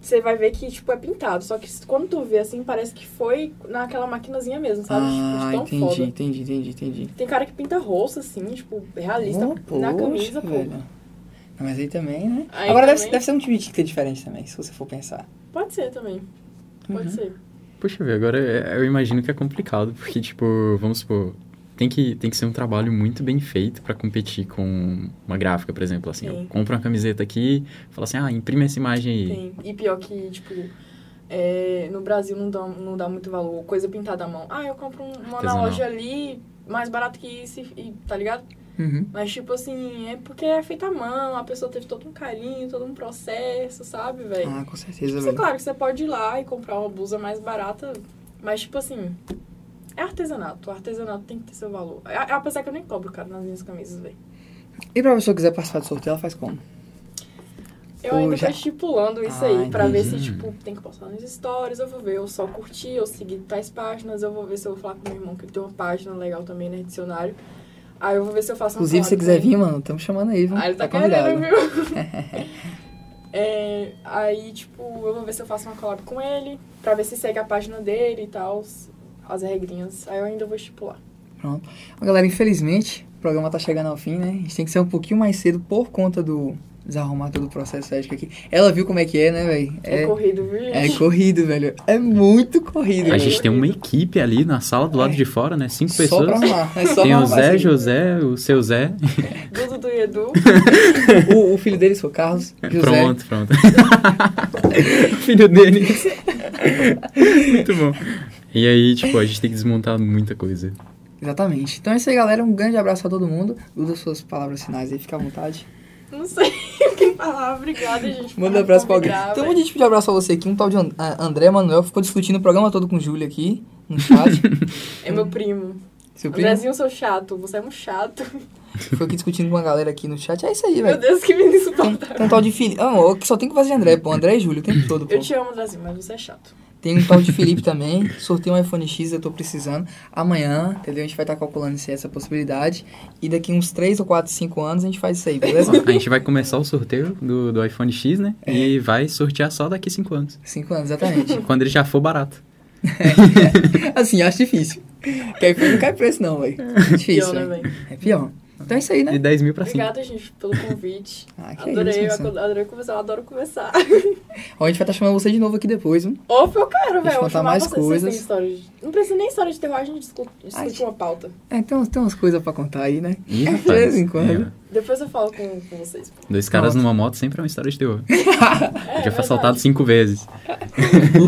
C: você vai ver que, tipo, é pintado. Só que se- quando tu vê assim, parece que foi naquela maquinazinha mesmo, sabe? tipo,
B: ah,
C: de tão
B: entendi,
C: foda.
B: entendi, entendi, entendi.
C: Tem cara que pinta rosto, assim, tipo, realista,
B: Oh,
C: na
B: poxa,
C: camisa, pô.
B: velho. Não, mas aí também, né?
C: Aí
B: Agora deve-
C: também.
B: Deve, ser um tipo de tinta diferente também, se você for pensar.
C: Pode ser também, pode
B: Uhum.
C: ser.
A: Poxa, velho, agora é- eu imagino que é complicado, porque, tipo, vamos supor, tem que, tem que ser um trabalho muito bem feito pra competir com uma gráfica, por exemplo. Assim,
C: Sim.
A: eu compro uma camiseta aqui, falo assim, ah, imprime essa imagem aí.
C: Tem. E pior que, tipo, é, no Brasil não dá, não dá muito valor. Coisa pintada à mão. Ah, eu compro um- uma na
A: Artesanal.
C: loja ali, mais barato que isso, e- e, tá ligado?
B: Uhum.
C: Mas, tipo assim, é porque é feita à mão, a pessoa teve todo um carinho, todo um processo, sabe, velho?
B: Ah, com certeza,
C: Tipo,
B: velho.
C: claro que você pode ir lá e comprar uma blusa mais barata, mas tipo assim, é artesanato. O artesanato tem que ter seu valor. A- Apesar que eu nem cobro, cara, nas minhas camisas, velho.
B: E pra pessoa que quiser participar do sorteio, ela faz como?
C: Eu ainda
B: Poxa.
C: tô estipulando isso
B: Ah,
C: aí pra ver se,
A: entendi.
C: tipo, tem que postar nas stories, eu vou ver, eu só curti, eu segui tais páginas, eu vou ver se eu vou falar com meu irmão que ele tem uma página legal também, né? Dicionário. Aí eu vou ver se eu faço uma
B: Inclusive, se você
C: collab com
B: quiser
C: ele.
B: vir, mano, estamos chamando aí, viu?
C: né? Ah, ele tá
B: convidado.
C: querendo, viu? É, aí, tipo, eu vou ver se eu faço uma collab com ele, pra ver se segue a página dele e tal, as- as regrinhas. Aí eu ainda vou estipular.
B: Pronto. Bom, Galera, infelizmente, o programa tá chegando ao fim, né? A gente tem que ser um pouquinho mais cedo por conta do desarrumar todo o processo ético aqui. Ela viu como é que é, né, velho?
C: É, corrido, viu,
B: é
C: gente?
B: corrido, velho. É muito corrido.
A: A
B: velho.
A: gente tem uma equipe ali na sala do
C: É.
A: lado de fora, né? Cinco
B: Só pra
A: pessoas.
B: arrumar. É só
A: Tem
B: pra
A: o
B: arrumar,
A: Zé,
B: assim.
A: José, o seu Zé.
C: Dudu do Edu.
B: O, o filho dele, seu Carlos. José.
A: É Pronto, pronto. Filho dele. Muito bom. E aí, tipo, a gente tem que desmontar muita coisa.
B: Exatamente. Então é isso aí, galera. Um grande abraço pra todo mundo. Usa suas palavras finais aí, fica à vontade.
C: Não sei o que falar. Obrigada, gente. por
B: Manda um abraço pra alguém.
C: convidar,
B: Tem um
C: velho.
B: monte de tipo de abraço pra você aqui. Um tal de And- a- André Manuel ficou discutindo o programa todo com o Júlio aqui, no chat.
C: É meu primo.
B: Seu primo
C: Andrezinho, seu chato. Você é um chato.
B: foi aqui discutindo com uma galera aqui no chat. É isso aí,
C: Meu
B: velho.
C: Deus, que menino
B: Tem,
C: insuportável.
B: tem um tal de Felipe. Ah, eu que só tem que fazer André, pô. André e Júlio o tempo todo, pô.
C: Eu te amo, Andrezinho, mas você é chato.
B: Tem um tal de Felipe também. Sorteio um iPhone X, eu tô precisando. Amanhã, entendeu? A gente vai estar calculando se é essa possibilidade. E daqui uns 3 ou 4, 5 anos a gente faz isso aí, beleza?
A: A gente vai começar o sorteio do, do iPhone X, né? E
B: É.
A: vai sortear só daqui cinco anos.
B: 5 anos, exatamente.
A: Quando ele já for barato.
B: Assim, acho difícil. Que iPhone não cai preço, não, velho. Difícil.
C: Pior, né,
B: velho.
C: velho?
B: É pior. Então é isso aí,
A: De
B: né?
A: 10 mil pra cima.
C: Obrigada, gente, pelo convite.
B: Ah, que
C: adorei,
B: isso, moça.
C: eu adorei conversar, eu adoro conversar.
B: Ó, a gente vai estar chamando você de novo aqui depois, viu?
C: Opa, eu quero,
B: Deixa
C: velho.
B: eu
C: Eu
B: contar
C: vou
B: mais
C: mais vocês,
B: coisas.
C: coisas. Vocês têm história de... Não precisa nem história de terror, a gente discute,
B: Ai,
C: discute uma pauta.
B: É, tem umas, tem umas coisas pra contar aí, né?
A: Ih, rapaz.
B: De vez em quando.
A: É,
C: Depois eu falo com, com vocês.
A: dois caras
B: Nossa.
A: numa moto sempre é uma história de terror.
C: É,
A: já
C: verdade.
A: foi assaltado cinco vezes.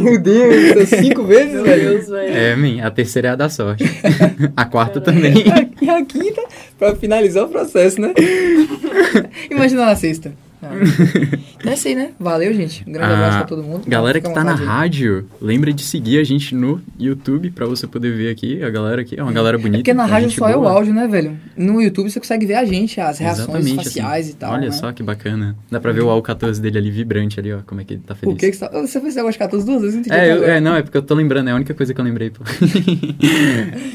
B: Meu Deus, são cinco vezes,
C: Meu
B: velho.
C: Deus, velho.
A: É, man, a terceira é a da sorte. A quarta
C: Caralho.
A: também.
B: E É a quinta, pra finalizar o processo, né? Imagina na sexta. Ah. Então é isso aí, né? Valeu, gente. Um grande
A: Ah,
B: abraço pra todo mundo.
A: Galera que
B: Fica à
A: tá na
B: vontade aí.
A: rádio, lembra de seguir a gente no YouTube pra você poder ver aqui a galera aqui. É uma galera bonita.
B: É porque na
A: tem
B: rádio
A: gente
B: só é o
A: boa.
B: áudio, né, velho? No YouTube você consegue ver a gente, as reações
A: Exatamente, assim.
B: faciais e tal.
A: Olha
B: né?
A: só que bacana. Dá pra ver o AU14 dele ali vibrante ali, ó. Como é que ele tá feliz.
B: Por que que você tá... Você fez negócio de 14 duas vezes? Não entendi
A: É, eu- é,
B: até agora.
A: não, é porque eu tô lembrando, é a única coisa que eu lembrei, pô.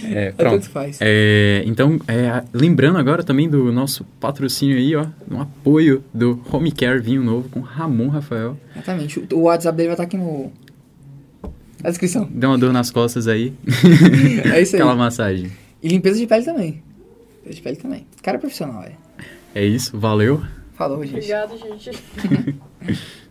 A: é,
B: É tanto
A: pronto.
B: faz.
A: É, então, é, a- lembrando agora também do nosso patrocínio aí, ó, um apoio do Home Care Vinho Novo com Ramon Rafael.
B: Exatamente. O, o WhatsApp dele vai estar aqui no... Na descrição.
A: Deu uma dor nas costas aí.
B: É isso aí.
A: Aquela massagem.
B: E limpeza de pele também. Limpeza de pele também. Cara profissional, é.
A: É isso, valeu.
B: Falou, gente.
C: Obrigada, gente.